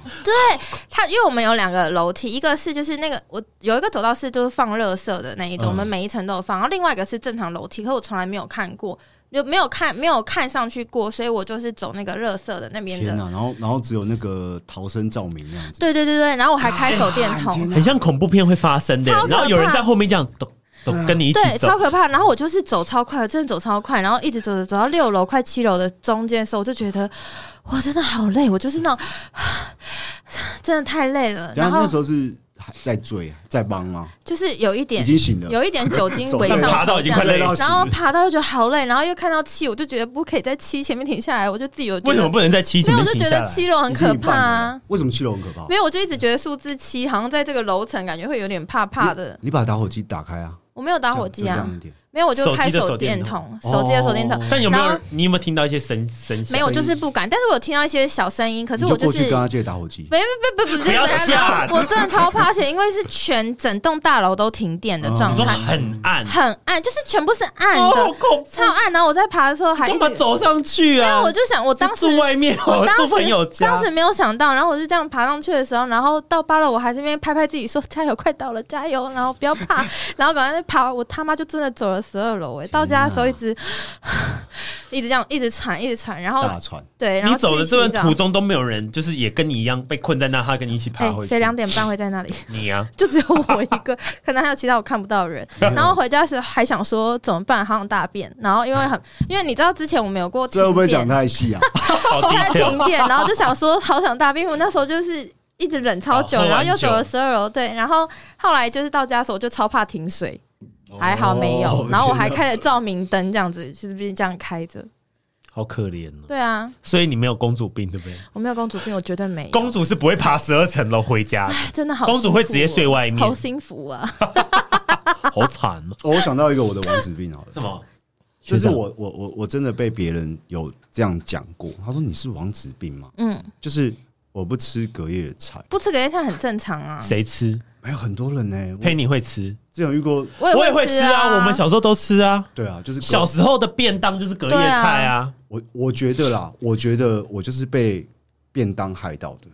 [SPEAKER 2] 它因为我们有两个楼梯，一个是就是那个我有一个走道是就是放垃圾的那一
[SPEAKER 1] 嗯
[SPEAKER 2] 种，我们每一层都有放，然后另外一个是正常楼梯，可我从来没有看过，就没有看没有看上去过，所以我就是走那个垃圾的那边
[SPEAKER 3] 天
[SPEAKER 2] 的。
[SPEAKER 3] 哪、然后然后只有那个逃生照明那样子，
[SPEAKER 2] 对对对对，然后我还开手电筒，
[SPEAKER 3] 天哪、
[SPEAKER 1] 很像恐怖片会发生的、
[SPEAKER 2] 超可怕
[SPEAKER 1] 然后有人在后面这样咚
[SPEAKER 3] 对
[SPEAKER 1] 咚
[SPEAKER 3] 啊
[SPEAKER 1] 跟你一
[SPEAKER 2] 对，
[SPEAKER 1] 起走
[SPEAKER 2] 超，可怕。然后我就是走超快，真的走超快，然后一直走走走到六楼快七楼的中间的时候，我就觉得我真的好累，我就是那种 真的太累了。
[SPEAKER 3] 然
[SPEAKER 2] 然
[SPEAKER 3] 后
[SPEAKER 2] 后
[SPEAKER 3] 那时候是还在追，啊在帮吗？
[SPEAKER 2] 就是有一点
[SPEAKER 3] 已经醒了，
[SPEAKER 2] 有一点酒精围上
[SPEAKER 1] 走到
[SPEAKER 2] 头
[SPEAKER 1] 爬到已经快累到死
[SPEAKER 2] 然后爬到就觉得好累，然后又看到七，我就觉得不可以在七前面停下来，我就自己有觉得
[SPEAKER 1] 为什么不能在七
[SPEAKER 2] 没
[SPEAKER 1] 前
[SPEAKER 2] 有，我
[SPEAKER 1] 面
[SPEAKER 2] 就
[SPEAKER 1] 停
[SPEAKER 2] 觉
[SPEAKER 1] 下
[SPEAKER 2] 得
[SPEAKER 1] 来？
[SPEAKER 2] 七楼很
[SPEAKER 3] 已经
[SPEAKER 2] 可
[SPEAKER 3] 一
[SPEAKER 2] 怕
[SPEAKER 3] 半
[SPEAKER 2] 啊
[SPEAKER 3] 了。。为什么七楼很可怕
[SPEAKER 2] 没？有，我就一直觉得数字七好像在这个楼层，感觉会有点怕怕的。
[SPEAKER 3] 你把打火机打开啊！
[SPEAKER 2] 我没有打火机
[SPEAKER 3] 这样
[SPEAKER 2] 啊
[SPEAKER 3] 就这，样一点
[SPEAKER 2] 没有，我就开
[SPEAKER 1] 手机的手
[SPEAKER 2] 电
[SPEAKER 1] 电
[SPEAKER 2] 筒，手机的手电筒
[SPEAKER 3] 哦。
[SPEAKER 1] 但有没
[SPEAKER 2] 然
[SPEAKER 1] 有
[SPEAKER 2] 后
[SPEAKER 1] 你有没有听到一些声声响？
[SPEAKER 2] 没有，就是不敢。但是我有听到一些小声音，可是
[SPEAKER 3] 你
[SPEAKER 2] 我就
[SPEAKER 3] 就过去
[SPEAKER 2] 是
[SPEAKER 3] 跟他借打火机。
[SPEAKER 2] 没没没不不不，
[SPEAKER 1] 不要吓
[SPEAKER 2] 我真的超怕，而且因为是全整栋大楼都停电的状
[SPEAKER 1] 你说
[SPEAKER 2] 态，
[SPEAKER 1] 很暗，
[SPEAKER 2] 很暗，就是全部是暗
[SPEAKER 1] 哦，
[SPEAKER 2] 的
[SPEAKER 1] 好，恐怖！
[SPEAKER 2] 超暗。啊然后我在爬的时候还一
[SPEAKER 1] 干嘛
[SPEAKER 2] 直
[SPEAKER 1] 走上去啊？
[SPEAKER 2] 因为我就想，我当时
[SPEAKER 1] 住外面哦
[SPEAKER 2] 我，当
[SPEAKER 1] 住朋友
[SPEAKER 2] 时
[SPEAKER 1] 家
[SPEAKER 2] 当。时没有想到，然后我就这样爬上去的时候，然后到八楼，我还这边拍拍自己说加油，快到了，加油，然后不要 怕，然后赶快就爬，我他妈就真的走了十二楼哎，到家的时候一直一直这样一直喘一直喘，然 后
[SPEAKER 3] 大船，
[SPEAKER 2] 对，然
[SPEAKER 1] 你
[SPEAKER 2] 后
[SPEAKER 1] 走的
[SPEAKER 2] 去洗
[SPEAKER 1] 这段
[SPEAKER 2] 澡
[SPEAKER 1] 途中都没有人，就是也跟你一样被困在那，他跟你一起爬
[SPEAKER 2] 哎，
[SPEAKER 1] 回去。
[SPEAKER 2] 谁两点半会在那里？
[SPEAKER 1] 你啊，
[SPEAKER 2] 就只有我一个， 可能还有其他我看不到的 人。然后回家时还想说怎么办，好想大便。然后因为很，因为你知道之前我们有过
[SPEAKER 3] 这会不
[SPEAKER 2] 停
[SPEAKER 3] 会
[SPEAKER 2] 电
[SPEAKER 3] 讲，太细啊？
[SPEAKER 1] 好低
[SPEAKER 2] 他
[SPEAKER 1] 调
[SPEAKER 2] 停。电，然后就想说好想大便，我那时候就是一直忍超久，
[SPEAKER 1] 哦喝完
[SPEAKER 2] 然后又走了
[SPEAKER 1] 酒
[SPEAKER 2] 十二楼，对，然后后来就是到家的时候就超怕停水， 还好没有
[SPEAKER 3] 哦，
[SPEAKER 2] 然后我还
[SPEAKER 3] 天哪
[SPEAKER 2] 开了照明灯这样子，就是毕竟这样开着，
[SPEAKER 1] 好可怜哦，
[SPEAKER 2] 对啊，
[SPEAKER 1] 所以你没有公主病对不对？
[SPEAKER 2] 我没有公主病，我绝对没有，
[SPEAKER 1] 公主是不会爬十二层楼回家 的，
[SPEAKER 2] 哎真的好幸福哦，
[SPEAKER 1] 公主会直接睡外面，
[SPEAKER 2] 好幸福啊！
[SPEAKER 1] 好惨哦。
[SPEAKER 3] 哦我想到一个我的王子病好了，
[SPEAKER 1] 什么？
[SPEAKER 3] 就是
[SPEAKER 1] 学长
[SPEAKER 3] 我我我我真的被别人有这样讲过，他说你是王子病吗？
[SPEAKER 2] 嗯，
[SPEAKER 3] 就是我不吃隔夜的菜，
[SPEAKER 2] 不吃隔夜菜很正常啊，
[SPEAKER 1] 谁吃？
[SPEAKER 3] 还有很多人呢、我
[SPEAKER 1] 佩你会吃，
[SPEAKER 3] 之前有遇过，
[SPEAKER 2] 我也
[SPEAKER 1] 我也
[SPEAKER 2] 会
[SPEAKER 1] 会
[SPEAKER 2] 吃
[SPEAKER 1] 吃啊。我们小时候都吃啊，
[SPEAKER 3] 对啊，就是隔
[SPEAKER 1] 小时候的便当就是隔夜菜啊。
[SPEAKER 3] 我我觉得啦，我觉得我就是被便当害到的，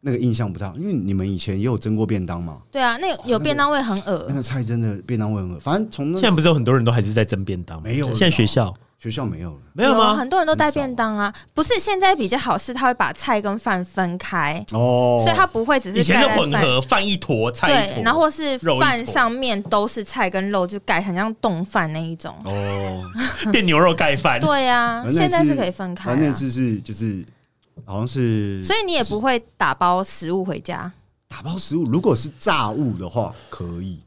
[SPEAKER 3] 那个印象不大，因为你们以前也有蒸过便当嘛，
[SPEAKER 2] 对啊，那个有便当味很恶
[SPEAKER 3] 那个菜真的便当味很恶，反正从那
[SPEAKER 1] 呃现在不是有很多人都还是在蒸便当吗？
[SPEAKER 3] 没有了
[SPEAKER 1] 现在学校
[SPEAKER 3] 学校没有了
[SPEAKER 1] 没有
[SPEAKER 2] 啊
[SPEAKER 1] 吗？
[SPEAKER 2] 很多人都带
[SPEAKER 3] 很少
[SPEAKER 2] 便当啊，不是现在比较好是，他会把菜跟饭分开，
[SPEAKER 3] 哦，
[SPEAKER 2] 所以他不会只
[SPEAKER 1] 以
[SPEAKER 2] 是
[SPEAKER 1] 前
[SPEAKER 2] 盖
[SPEAKER 1] 是
[SPEAKER 2] 在
[SPEAKER 1] 混
[SPEAKER 2] 饭。
[SPEAKER 1] 合饭一坨，菜一
[SPEAKER 2] 对，
[SPEAKER 1] 坨，
[SPEAKER 2] 然后或是
[SPEAKER 1] 肉一
[SPEAKER 2] 饭
[SPEAKER 1] 坨
[SPEAKER 2] 上面都是菜跟肉，就改很像冻饭那一种。
[SPEAKER 3] 哦，
[SPEAKER 1] 变牛肉盖饭。
[SPEAKER 2] 对呀、
[SPEAKER 3] 反正那
[SPEAKER 2] 现在
[SPEAKER 3] 次
[SPEAKER 2] 是可以分开、
[SPEAKER 3] 哦反正那
[SPEAKER 2] 啊，
[SPEAKER 3] 次是就是好像是，
[SPEAKER 2] 所以你也不会打包食物回家。
[SPEAKER 3] 打包食物如果是炸物的话可以，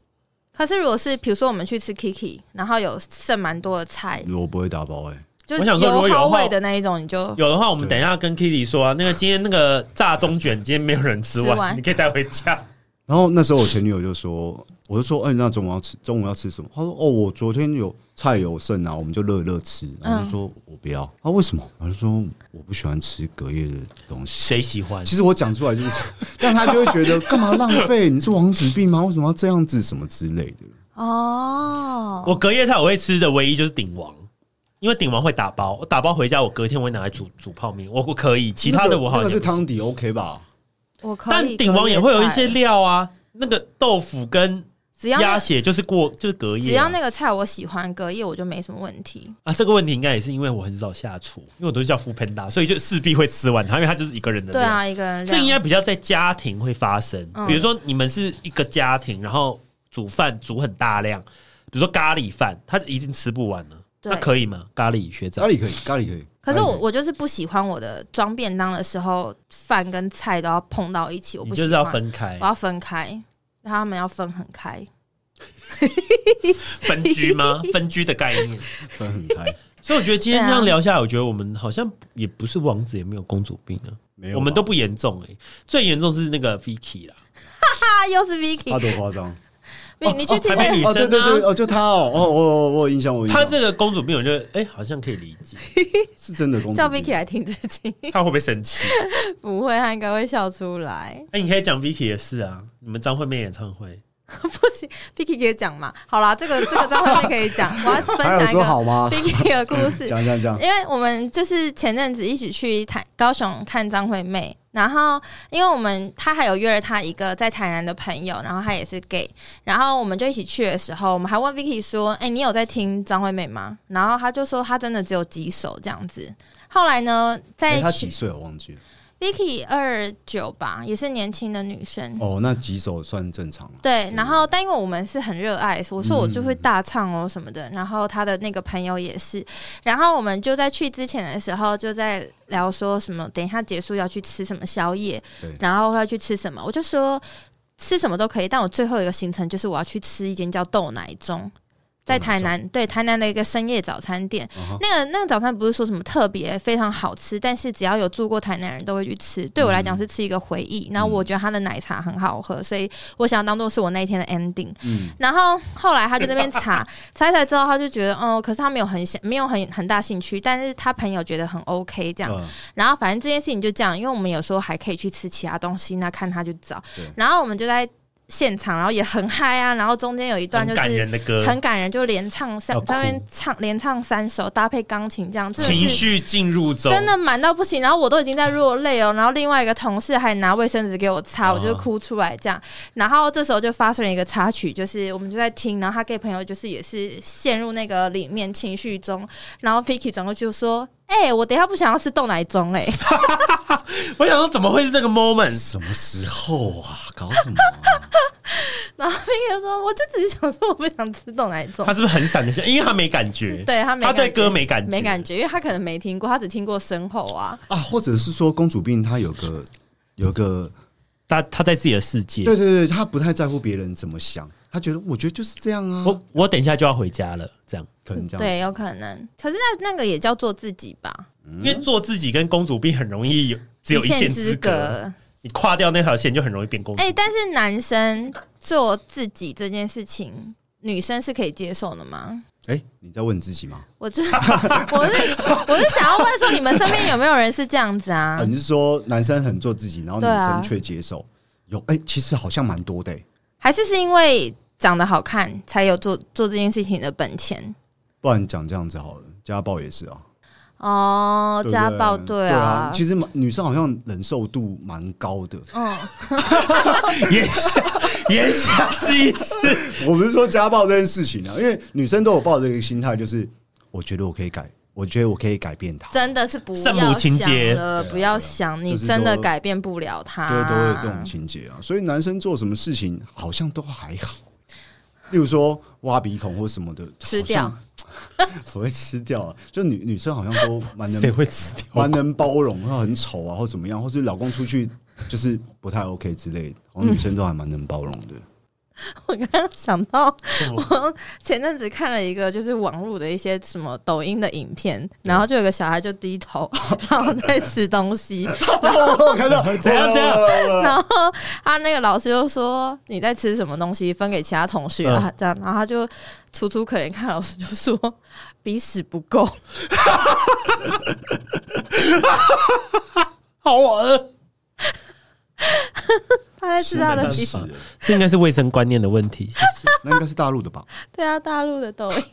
[SPEAKER 2] 可是如果是比如说我们去吃 Kiki，然后有剩蛮多的菜，
[SPEAKER 3] 我不会打包哎、
[SPEAKER 2] 就
[SPEAKER 1] 嗯
[SPEAKER 2] 是
[SPEAKER 1] 我想说如果
[SPEAKER 2] 油
[SPEAKER 1] 有的
[SPEAKER 2] 蒿
[SPEAKER 1] 话
[SPEAKER 2] 味的那一种，你就
[SPEAKER 1] 有的话，我们等一下跟 Kitty 说啊，那个今天那个炸中卷，今天没有人吃
[SPEAKER 2] 吃完
[SPEAKER 1] 完，你可以带回 家。
[SPEAKER 3] 然后那时候我前女友就说，我就说，哎、那中午要吃中午要吃什么？她说，哦，我昨天有菜有剩啊，我们就热一热吃。然后我就说、
[SPEAKER 2] 嗯
[SPEAKER 3] 我不要，啊，为什么？我就说我不喜欢吃隔夜的东西。
[SPEAKER 1] 谁喜欢？
[SPEAKER 3] 其实我讲出来就是， 但她就会觉得干嘛浪费？你是王子病吗？为什么要这样子？什么之类的？
[SPEAKER 2] 哦，
[SPEAKER 1] 我隔夜菜我会吃的唯一就是鼎王，因为鼎王会打包，我打包回家，我隔天我会拿来煮煮泡面，我我可以，其他的我好
[SPEAKER 3] 那个
[SPEAKER 1] 像
[SPEAKER 3] 是
[SPEAKER 1] 也不行、
[SPEAKER 3] 汤底 OK 吧？
[SPEAKER 2] 我可以
[SPEAKER 1] 但鼎王也会有一些
[SPEAKER 2] 隔夜菜，
[SPEAKER 1] 料啊，那个豆腐跟
[SPEAKER 2] 只要那
[SPEAKER 1] 鸭血啊就是过就是隔夜啊、
[SPEAKER 2] 只要那个菜我喜欢，隔夜我就没什么问题。
[SPEAKER 1] 啊，这个问题应该也是因为我很少下厨，因为我都是叫 f 喷 d 所以就势必会吃完它，因为它就是一个人的
[SPEAKER 2] 对
[SPEAKER 1] 量。
[SPEAKER 2] 啊，一个人
[SPEAKER 1] 这应该
[SPEAKER 2] 量
[SPEAKER 1] 比较在家庭会发生，
[SPEAKER 2] 嗯
[SPEAKER 1] 比如说你们是一个家庭，然后煮饭煮很大量，比如说咖喱饭，他已经吃不完了，
[SPEAKER 2] 对
[SPEAKER 1] 那可以吗？咖喱学长
[SPEAKER 3] 咖，喱可以，咖喱可以。
[SPEAKER 2] 可是
[SPEAKER 3] 咖喱
[SPEAKER 2] 我我就是不喜欢我的装便当的时候，饭跟菜都要碰到一起，我
[SPEAKER 1] 你
[SPEAKER 2] 不
[SPEAKER 1] 就
[SPEAKER 2] 喜
[SPEAKER 1] 是要
[SPEAKER 2] 欢，
[SPEAKER 1] 分
[SPEAKER 3] 哎
[SPEAKER 1] 开
[SPEAKER 2] 我要分开，他们要分很开。
[SPEAKER 1] 分居吗？ 分居的概念。
[SPEAKER 2] 啊
[SPEAKER 3] 可以分很开，
[SPEAKER 1] 所以我觉得今天
[SPEAKER 2] 对啊
[SPEAKER 1] 这样聊下来，我觉得我们好像也不是王子，也没有公主病啊，
[SPEAKER 3] 没有吧，
[SPEAKER 1] 我们都不欸严重哎、最严重是那个 Vicky 啦，
[SPEAKER 2] 啊，又是
[SPEAKER 3] 他
[SPEAKER 2] Vicky，
[SPEAKER 3] 多夸张，
[SPEAKER 2] 你你去听
[SPEAKER 1] 还没
[SPEAKER 2] 听
[SPEAKER 1] 女
[SPEAKER 3] 哦，对
[SPEAKER 1] 生
[SPEAKER 3] 对对，
[SPEAKER 1] 呢？
[SPEAKER 3] 哦，就他哦，哦，我我有印象，我有印象
[SPEAKER 1] 他这个公主病，我就哎，好像可以理解，
[SPEAKER 3] 是真的公主
[SPEAKER 2] 叫
[SPEAKER 3] 病
[SPEAKER 2] Vicky 来听自己，
[SPEAKER 1] 他会不会生气？
[SPEAKER 2] 不会，他应该会笑出 来。
[SPEAKER 1] 哎，你可以讲 Vicky 的事啊，你们张惠妹演唱会，
[SPEAKER 2] 不行，Vicky 可以讲嘛？好啦，这个这个在后面可以讲，我要分
[SPEAKER 3] 他有
[SPEAKER 2] 享一
[SPEAKER 3] 说
[SPEAKER 2] 个
[SPEAKER 3] 好吗？
[SPEAKER 2] Vicky 的故事。
[SPEAKER 3] 讲讲讲，
[SPEAKER 2] 因为我们就是前阵子一起去台高雄看张惠妹，然后因为我们她还有约了她一个在台南的朋友，然后她也是 gay，然后我们就一起去的时候，我们还问 Vicky 说：“哎、你有在听张惠妹吗？”然后她就说她真的只有几首这样子。后来呢，
[SPEAKER 3] 哎，
[SPEAKER 2] 在
[SPEAKER 3] 他
[SPEAKER 2] 去
[SPEAKER 3] 几岁我忘记了。
[SPEAKER 2] Vicky 二九吧，也是年轻的女生。
[SPEAKER 3] 哦，那几首算正常啊了。
[SPEAKER 2] 对，然后但因为我们是很热爱，我说我就会大唱哦什么的，然后他的那个朋友也是，然后我们就在去之前的时候就在聊说什么，等一下结束要去吃什么宵夜
[SPEAKER 3] 对，
[SPEAKER 2] 然后要去吃什么，我就说吃什么都可以，但我最后一个行程就是我要去吃一间叫豆奶盅。在台南，对台南的一个深夜早餐店
[SPEAKER 3] 嗯哼
[SPEAKER 2] 那个那个早餐不是说什么特别非常好吃，但是只要有住过台南人都会去吃。对我来
[SPEAKER 3] 嗯
[SPEAKER 2] 讲是吃一个回忆，然后我觉得他的奶茶很好喝，所以我想要当做是我那一天的 ending。
[SPEAKER 3] 嗯
[SPEAKER 2] 然后后来他就那边查查一查之后，他就觉得，哦、可是他没有很想，没有很很大兴趣，但是他朋友觉得很 OK 这样。
[SPEAKER 3] 嗯
[SPEAKER 2] 然后反正这件事情就这样，因为我们有时候还可以去吃其他东西，那看他去找
[SPEAKER 3] 对。
[SPEAKER 2] 然后我们就在现场，然后也很嗨啊，然后中间有一段
[SPEAKER 1] 很
[SPEAKER 2] 就
[SPEAKER 1] 感
[SPEAKER 2] 是。
[SPEAKER 1] 人的歌，
[SPEAKER 2] 很感人，就连唱
[SPEAKER 1] 要
[SPEAKER 2] 三
[SPEAKER 1] 哭
[SPEAKER 2] 上面唱连唱三首，搭配钢琴这样，真的
[SPEAKER 1] 情
[SPEAKER 2] 是
[SPEAKER 1] 绪进入中，
[SPEAKER 2] 真的满到不行。然后我都已经在落泪哦，然后另外一个同事还拿卫生纸给我擦，
[SPEAKER 1] 哦
[SPEAKER 2] 我就哭出来这样。然后这时候就发生了一个插曲，就是我们就在听，然后他给朋友就是也是陷入那个里面情绪中，然后 Vicky 转过去就说：“哎、我等一下不想要吃豆奶盅哎、
[SPEAKER 1] 我想说怎么会是这个 moment？
[SPEAKER 3] 什么时候啊？搞什么啊？
[SPEAKER 2] 然后 Vicky 就说：“我就只是想说我不想吃豆奶盅
[SPEAKER 1] 他。是不是很闪的笑？因为他没感觉，
[SPEAKER 2] 对他没
[SPEAKER 1] 他对
[SPEAKER 2] 感觉
[SPEAKER 1] 歌没感觉，
[SPEAKER 2] 没感觉，因为他可能没听过，他只听过身后啊。
[SPEAKER 3] 啊，或者是说公主病，她有个有个，
[SPEAKER 1] 他他在自己的世界。
[SPEAKER 3] 对对对，她不太在乎别人怎么想，她觉得我觉得就是这样啊，
[SPEAKER 1] 我我等一下就要回家了，这样，
[SPEAKER 3] 可能这样。
[SPEAKER 2] 对，，有可能。可是那那个也叫做自己吧，
[SPEAKER 1] 因为做自己跟公主病很容易有只有一
[SPEAKER 2] 线
[SPEAKER 1] 线之隔，
[SPEAKER 2] 隔。
[SPEAKER 1] 你跨掉那条线就很容易变公主
[SPEAKER 2] 哎、。但是男生做自己这件事情，女生是可以接受的吗？
[SPEAKER 3] 哎、你在问你自己吗？
[SPEAKER 2] 我就是 我是我是想要问说，你们身边有没有人是这样子啊
[SPEAKER 3] 啊，？你是说男生很做自己，然后女
[SPEAKER 2] 对啊
[SPEAKER 3] 生却接受？有哎、其实好像蛮多的、欸，
[SPEAKER 2] 还是是因为长得好看才有做做这件事情的本钱？
[SPEAKER 3] 不然讲这样子好了，家暴也是啊，
[SPEAKER 2] 哦
[SPEAKER 3] 对，不
[SPEAKER 2] 家暴
[SPEAKER 3] 对
[SPEAKER 2] 啊，
[SPEAKER 3] 其实蛮女生好像忍受度蛮高的。
[SPEAKER 2] 嗯，
[SPEAKER 1] 言下言下之意是，
[SPEAKER 3] 我不是说家暴这件事情啊，因为女生都有抱着一个心态，就是我觉得我可以改，我觉得我可以改变他，
[SPEAKER 2] 真的是不
[SPEAKER 1] 圣母
[SPEAKER 2] 要
[SPEAKER 1] 情节
[SPEAKER 2] 想了，
[SPEAKER 3] 对啊
[SPEAKER 2] 不要想，你
[SPEAKER 3] 就是
[SPEAKER 2] 真的
[SPEAKER 3] 都
[SPEAKER 2] 改变不了他。
[SPEAKER 3] 对，都会有这种情节啊。所以男生做什么事情好像都还好，例如说挖鼻孔或什么的，
[SPEAKER 2] 吃掉
[SPEAKER 3] 好像，所谓吃掉啊，就女女生好像都蛮
[SPEAKER 1] 谁
[SPEAKER 3] 能
[SPEAKER 1] 会吃掉？
[SPEAKER 3] 蛮能包容，或很丑啊，或怎么样，或是老公出去就是不太 OK 之类的，好像女生都还蛮能包容的。
[SPEAKER 2] 我刚刚想到，我前阵子看了一个就是网络的一些什么抖音的影片，然后就有个小孩就低头， 然后在吃东西，
[SPEAKER 3] 我看到
[SPEAKER 1] 怎样怎样
[SPEAKER 2] 然后他那个老师就说你在吃什么东西，分给其他同学啊，这样，然后他就楚楚可怜看老师就说鼻屎不够，
[SPEAKER 1] 好啊恶，
[SPEAKER 2] 他在吃他的
[SPEAKER 1] 是
[SPEAKER 2] 鼻
[SPEAKER 3] 是啊
[SPEAKER 2] 屎，
[SPEAKER 1] 这应该是卫生观念的问题。谢谢。
[SPEAKER 3] 那应该是大陆的吧？
[SPEAKER 2] 对啊，大陆的抖音，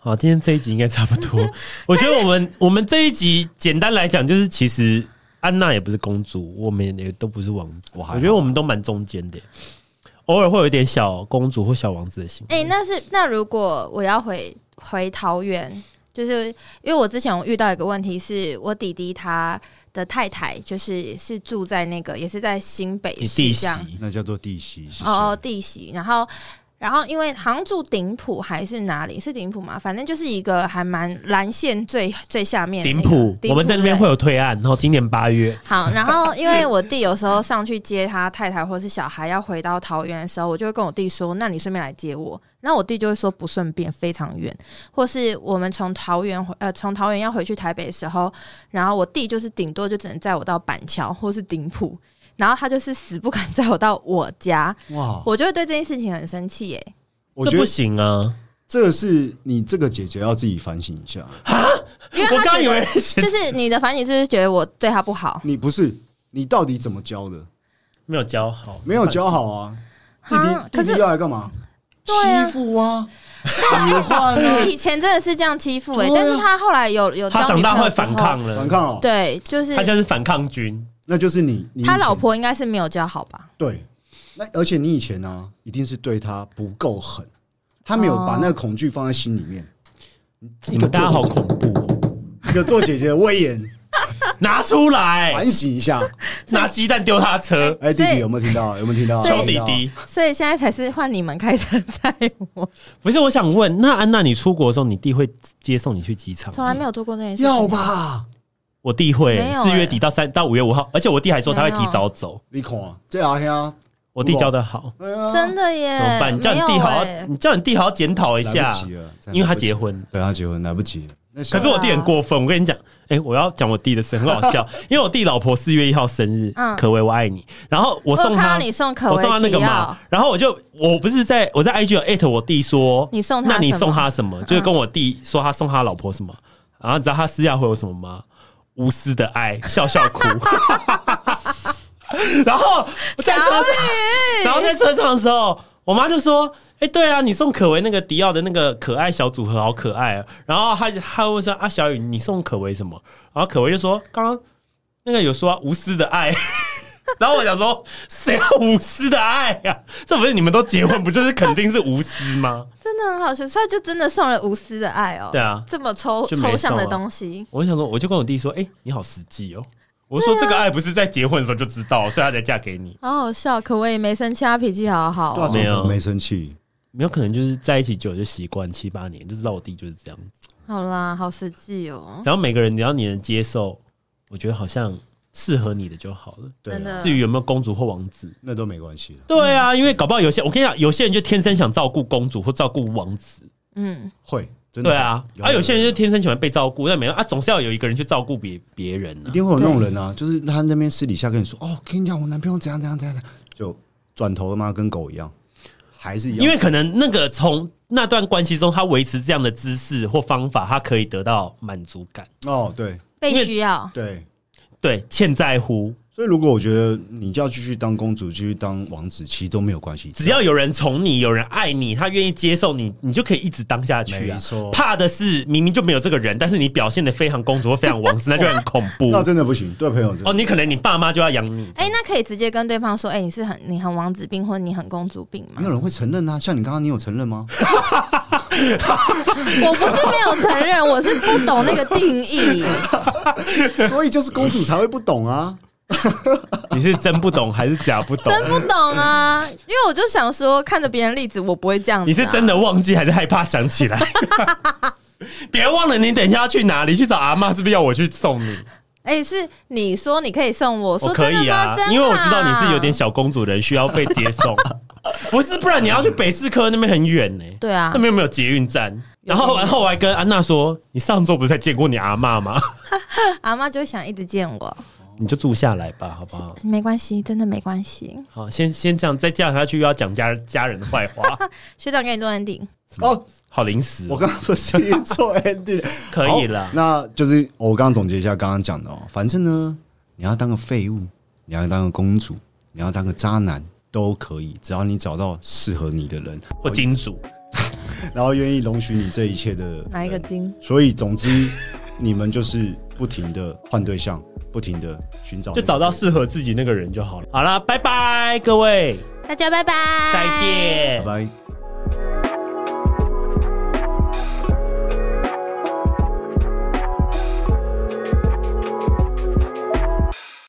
[SPEAKER 1] 好，今天这一集应该差不 多。我觉得我们我们这一集简单来讲，就是其实安娜也不是公主，我们也都不是王子。
[SPEAKER 3] 我还
[SPEAKER 1] 我
[SPEAKER 3] 好啊
[SPEAKER 1] 觉得我们都蛮中间的耶，偶尔会有一点小公主或小王子的心。
[SPEAKER 2] 哎、那是那如果我要回回桃园，就是因为我之前我遇到一个问题是，我弟弟他的太太就是是住在那个也是在新北
[SPEAKER 1] 你弟媳
[SPEAKER 2] 市这样，
[SPEAKER 3] 那叫做弟媳，是谁
[SPEAKER 2] 哦哦，弟媳，然后。然后，因为好像住顶埔还是哪里，是顶埔嘛，反正就是一个还蛮蓝线最最下面的
[SPEAKER 1] 顶
[SPEAKER 2] 那个、
[SPEAKER 1] 普，我们在那边
[SPEAKER 2] 对
[SPEAKER 1] 会有推案，然后今年八月，
[SPEAKER 2] 好，然后因为我弟有时候上去接他太太或是小孩要回到桃园的时候，我就会跟我弟说：“那你顺便来接我。”然后我弟就会说：“不顺便，非常远。”或是我们从桃园回呃从桃园要回去台北的时候，然后我弟就是顶多就只能载我到板桥或是顶埔。然后他就是死不肯载我到我家，
[SPEAKER 3] 哇，
[SPEAKER 2] 我就会对这件事情很生气耶、
[SPEAKER 3] 我
[SPEAKER 1] 这
[SPEAKER 3] 觉
[SPEAKER 1] 不
[SPEAKER 3] 得
[SPEAKER 1] 行啊！
[SPEAKER 3] 这个是你这个姐姐要自己反省一下。
[SPEAKER 2] 因为
[SPEAKER 1] 我
[SPEAKER 2] 他
[SPEAKER 1] 刚
[SPEAKER 2] 觉
[SPEAKER 1] 以为
[SPEAKER 2] 得 就是你的反省就是觉得我对他不好，
[SPEAKER 3] 你不是你到底怎么教的？
[SPEAKER 1] 没有教好，
[SPEAKER 3] 没有教好啊！弟
[SPEAKER 2] 哈
[SPEAKER 3] 弟
[SPEAKER 2] 可
[SPEAKER 3] 弟
[SPEAKER 2] 是
[SPEAKER 3] 弟要来干嘛？
[SPEAKER 2] 对啊
[SPEAKER 3] 欺负啊，使唤 啊，
[SPEAKER 2] 以前真的是这样欺负哎、
[SPEAKER 3] 对啊
[SPEAKER 2] 但是他后来有有
[SPEAKER 1] 他
[SPEAKER 2] 交
[SPEAKER 1] 长
[SPEAKER 2] 女
[SPEAKER 1] 大
[SPEAKER 2] 朋
[SPEAKER 1] 会
[SPEAKER 2] 友之
[SPEAKER 1] 反
[SPEAKER 2] 后
[SPEAKER 1] 抗，了
[SPEAKER 3] 反，抗哦，
[SPEAKER 2] 对，就是
[SPEAKER 1] 他现在是反抗军，
[SPEAKER 3] 那就是你你以前
[SPEAKER 2] 他老婆应该是没有教好 吧？
[SPEAKER 3] 对，那而且你以前呢、啊，一定是对他不够狠，他没有
[SPEAKER 2] 哦
[SPEAKER 3] 把那个恐惧放在心里面，
[SPEAKER 1] 你们大家好恐怖哦！
[SPEAKER 3] 一个做姐姐的威严，
[SPEAKER 1] 拿出来，
[SPEAKER 3] 反省一下。
[SPEAKER 1] 拿鸡蛋丢他车，
[SPEAKER 3] 哎，弟
[SPEAKER 2] 所以
[SPEAKER 3] 弟有没有听到？有没有听到？
[SPEAKER 2] 所以
[SPEAKER 1] 小弟弟。
[SPEAKER 2] 所以现在才是换你们开车载我，
[SPEAKER 1] 不是，我想问，那安娜，你出国的时候，你弟会接送你去机场吗？
[SPEAKER 2] 从来没有做过那件事。
[SPEAKER 3] 要？吧？
[SPEAKER 1] 我弟会
[SPEAKER 2] 没有
[SPEAKER 1] 四
[SPEAKER 2] 欸
[SPEAKER 1] 月底到三到五月五号，而且我弟还说他会
[SPEAKER 2] 没
[SPEAKER 1] 提
[SPEAKER 2] 有
[SPEAKER 1] 早走。
[SPEAKER 3] 你看，这阿兄，
[SPEAKER 1] 我弟
[SPEAKER 3] 哇
[SPEAKER 1] 教的好，
[SPEAKER 3] 哎呀，
[SPEAKER 2] 真的耶！
[SPEAKER 1] 怎么办？你叫你弟好好
[SPEAKER 2] 没有欸，
[SPEAKER 1] 你叫你弟好好检讨一
[SPEAKER 3] 来
[SPEAKER 1] 下
[SPEAKER 3] 不，及了，真的
[SPEAKER 1] 因为他
[SPEAKER 3] 来不及
[SPEAKER 1] 结，婚。
[SPEAKER 3] 对他结婚来不及了。那小
[SPEAKER 1] 可是我弟很过分，我跟你讲，哎、我要讲我弟的事，很好笑，因为我弟老婆四月一号生日，
[SPEAKER 2] 嗯
[SPEAKER 1] 可为我爱你，然后我
[SPEAKER 2] 我
[SPEAKER 1] 送
[SPEAKER 2] 有看
[SPEAKER 1] 他
[SPEAKER 2] 到，你送可哦
[SPEAKER 1] 我
[SPEAKER 2] 维
[SPEAKER 1] 送他那个
[SPEAKER 2] 迪
[SPEAKER 1] 嘛
[SPEAKER 2] 奥，，
[SPEAKER 1] 然后我就我不是在我在 IG 有艾特我弟说，
[SPEAKER 2] 你送他
[SPEAKER 1] 那你
[SPEAKER 2] 什么
[SPEAKER 1] 送
[SPEAKER 2] 嗯
[SPEAKER 1] 他什么？就是跟我弟说他送他老婆什么，然后你知道他私下回我什么吗？无私的爱，笑笑哭。 然后我在车上，然后在车上的时候，我妈就说：“哎、对啊，你送可为那个迪奥的那个可爱小组合，好可爱、啊。”然后她她会说：“啊，小雨，你送可为什么？”然后可为就说：“刚刚那个有说、啊、无私的爱。” 然后我想说，谁要无私的爱呀、这不是你们都结婚，不就是肯定是无私吗？
[SPEAKER 2] 真的很好笑，所以就真的送了无私的爱哦。
[SPEAKER 1] 对啊
[SPEAKER 2] 这么抽
[SPEAKER 1] 就没送啊
[SPEAKER 2] 抽象的东西，
[SPEAKER 1] 我就想说，我就跟我弟说：“哎、你好实际哦。”我说：“这个爱不是在结婚的时候就知道，所以她才嫁给你。
[SPEAKER 2] 好好笑。可维也没生气，他脾气好好
[SPEAKER 3] 对啊
[SPEAKER 2] 哦。
[SPEAKER 1] 没有
[SPEAKER 3] 怎么没生气，
[SPEAKER 1] 没有可能就是在一起久了就习惯，七八年就知道我弟就是这样。
[SPEAKER 2] 好啦，好实际哦。
[SPEAKER 1] 只要每个人只要你能接受，我觉得好像适合你的就好了。
[SPEAKER 3] 对
[SPEAKER 2] 真
[SPEAKER 3] 啊，
[SPEAKER 2] 的
[SPEAKER 1] 至于有没有公主或王子，
[SPEAKER 3] 那都没关系了，
[SPEAKER 1] 对啊，因为搞不好有些我跟你讲，有些人就天生想照顾公主或照顾王子，
[SPEAKER 2] 嗯，
[SPEAKER 3] 会真的
[SPEAKER 1] 对啊，啊有些人就
[SPEAKER 3] 就。
[SPEAKER 1] 天生喜欢被照顾，但没有啊，总是要有一个人去照顾别别人
[SPEAKER 3] 一
[SPEAKER 1] 啊。
[SPEAKER 3] 定会有那种人啊，就是他那边私底下跟你说，哦，跟你讲我男朋友怎样怎样怎样，怎样就转头他妈跟狗一样，还是一样，
[SPEAKER 1] 因为可能那个从那段关系中，他维持这样的姿势或方法，他可以得到满足感，
[SPEAKER 3] 哦，对
[SPEAKER 2] 被
[SPEAKER 1] 因为
[SPEAKER 2] 需要。
[SPEAKER 3] 对，
[SPEAKER 1] 对，欠在乎。
[SPEAKER 3] 所以如果我觉得你就要继续当公主，继续当王子，其实都没有关系，
[SPEAKER 1] 只要有人宠你，有人爱你，他愿意接受你，你就可以一直当下去
[SPEAKER 3] 没
[SPEAKER 1] 啊。
[SPEAKER 3] 错，
[SPEAKER 1] 怕的是明明就没有这个人，但是你表现的非常公主或非常王子，那就很恐怖。
[SPEAKER 3] 那真的不行，对啊朋友真的
[SPEAKER 1] 哦，你可能你爸妈就要养 你。
[SPEAKER 2] 哎、那可以直接跟对方说，哎、你是很你很王子病，或者你很公主病吗
[SPEAKER 3] 没有？人会承认啊，像你刚刚你有承 认吗？
[SPEAKER 2] 我不是没有承认，我是不懂那个定义。
[SPEAKER 3] 所以就是公主才会不懂啊，
[SPEAKER 1] 你是真不懂还是假不懂？
[SPEAKER 2] 真不懂啊，因为我就想说，看着别人例子，我不会这样、啊。
[SPEAKER 1] 你是真的忘记还是害怕想起 来？别忘了，你等一下要去哪里？去找阿妈，是不是要我去送你？
[SPEAKER 2] 哎、是你说你可以送我，我
[SPEAKER 1] 我
[SPEAKER 2] 说
[SPEAKER 1] 可
[SPEAKER 2] 真
[SPEAKER 1] 以
[SPEAKER 2] 的吗？
[SPEAKER 1] 啊
[SPEAKER 2] 真，的
[SPEAKER 1] 因为我知道你是有点小公主人，需要被接 送。不是，不然你要去北市科那边很远呢、
[SPEAKER 2] 对啊
[SPEAKER 1] 那，边有没有捷运站？然后，然后我还跟安娜说：“你上周不是才见过你阿妈吗？
[SPEAKER 2] 阿妈就会想一直见我，
[SPEAKER 1] 你就住下来吧，好不好？
[SPEAKER 2] 没关系，真的没关系。
[SPEAKER 1] 好，先先这样，再这样下去又要讲家家人的坏 话，
[SPEAKER 2] 学长给你做 ending，
[SPEAKER 3] 哦，
[SPEAKER 1] 好临时哦、
[SPEAKER 3] 我刚刚不是一直 做 ending，
[SPEAKER 1] 可以了
[SPEAKER 3] 好。那就是我刚刚总结一下刚刚讲的哦，反正呢，你要当个废物，你要当个公主，你要当个渣男都可以，只要你找到适合你的 人，
[SPEAKER 1] 或金主，
[SPEAKER 3] 然后愿意容许你这一切的人
[SPEAKER 2] 哪一个金？
[SPEAKER 3] 所以总之，你们就是不停的换对象，不停的寻找那
[SPEAKER 1] 就
[SPEAKER 3] 个，
[SPEAKER 1] 找到适合自己那个人就好了。好啦，拜拜，各位，
[SPEAKER 2] 大家拜拜，
[SPEAKER 1] 再见。
[SPEAKER 3] 拜拜。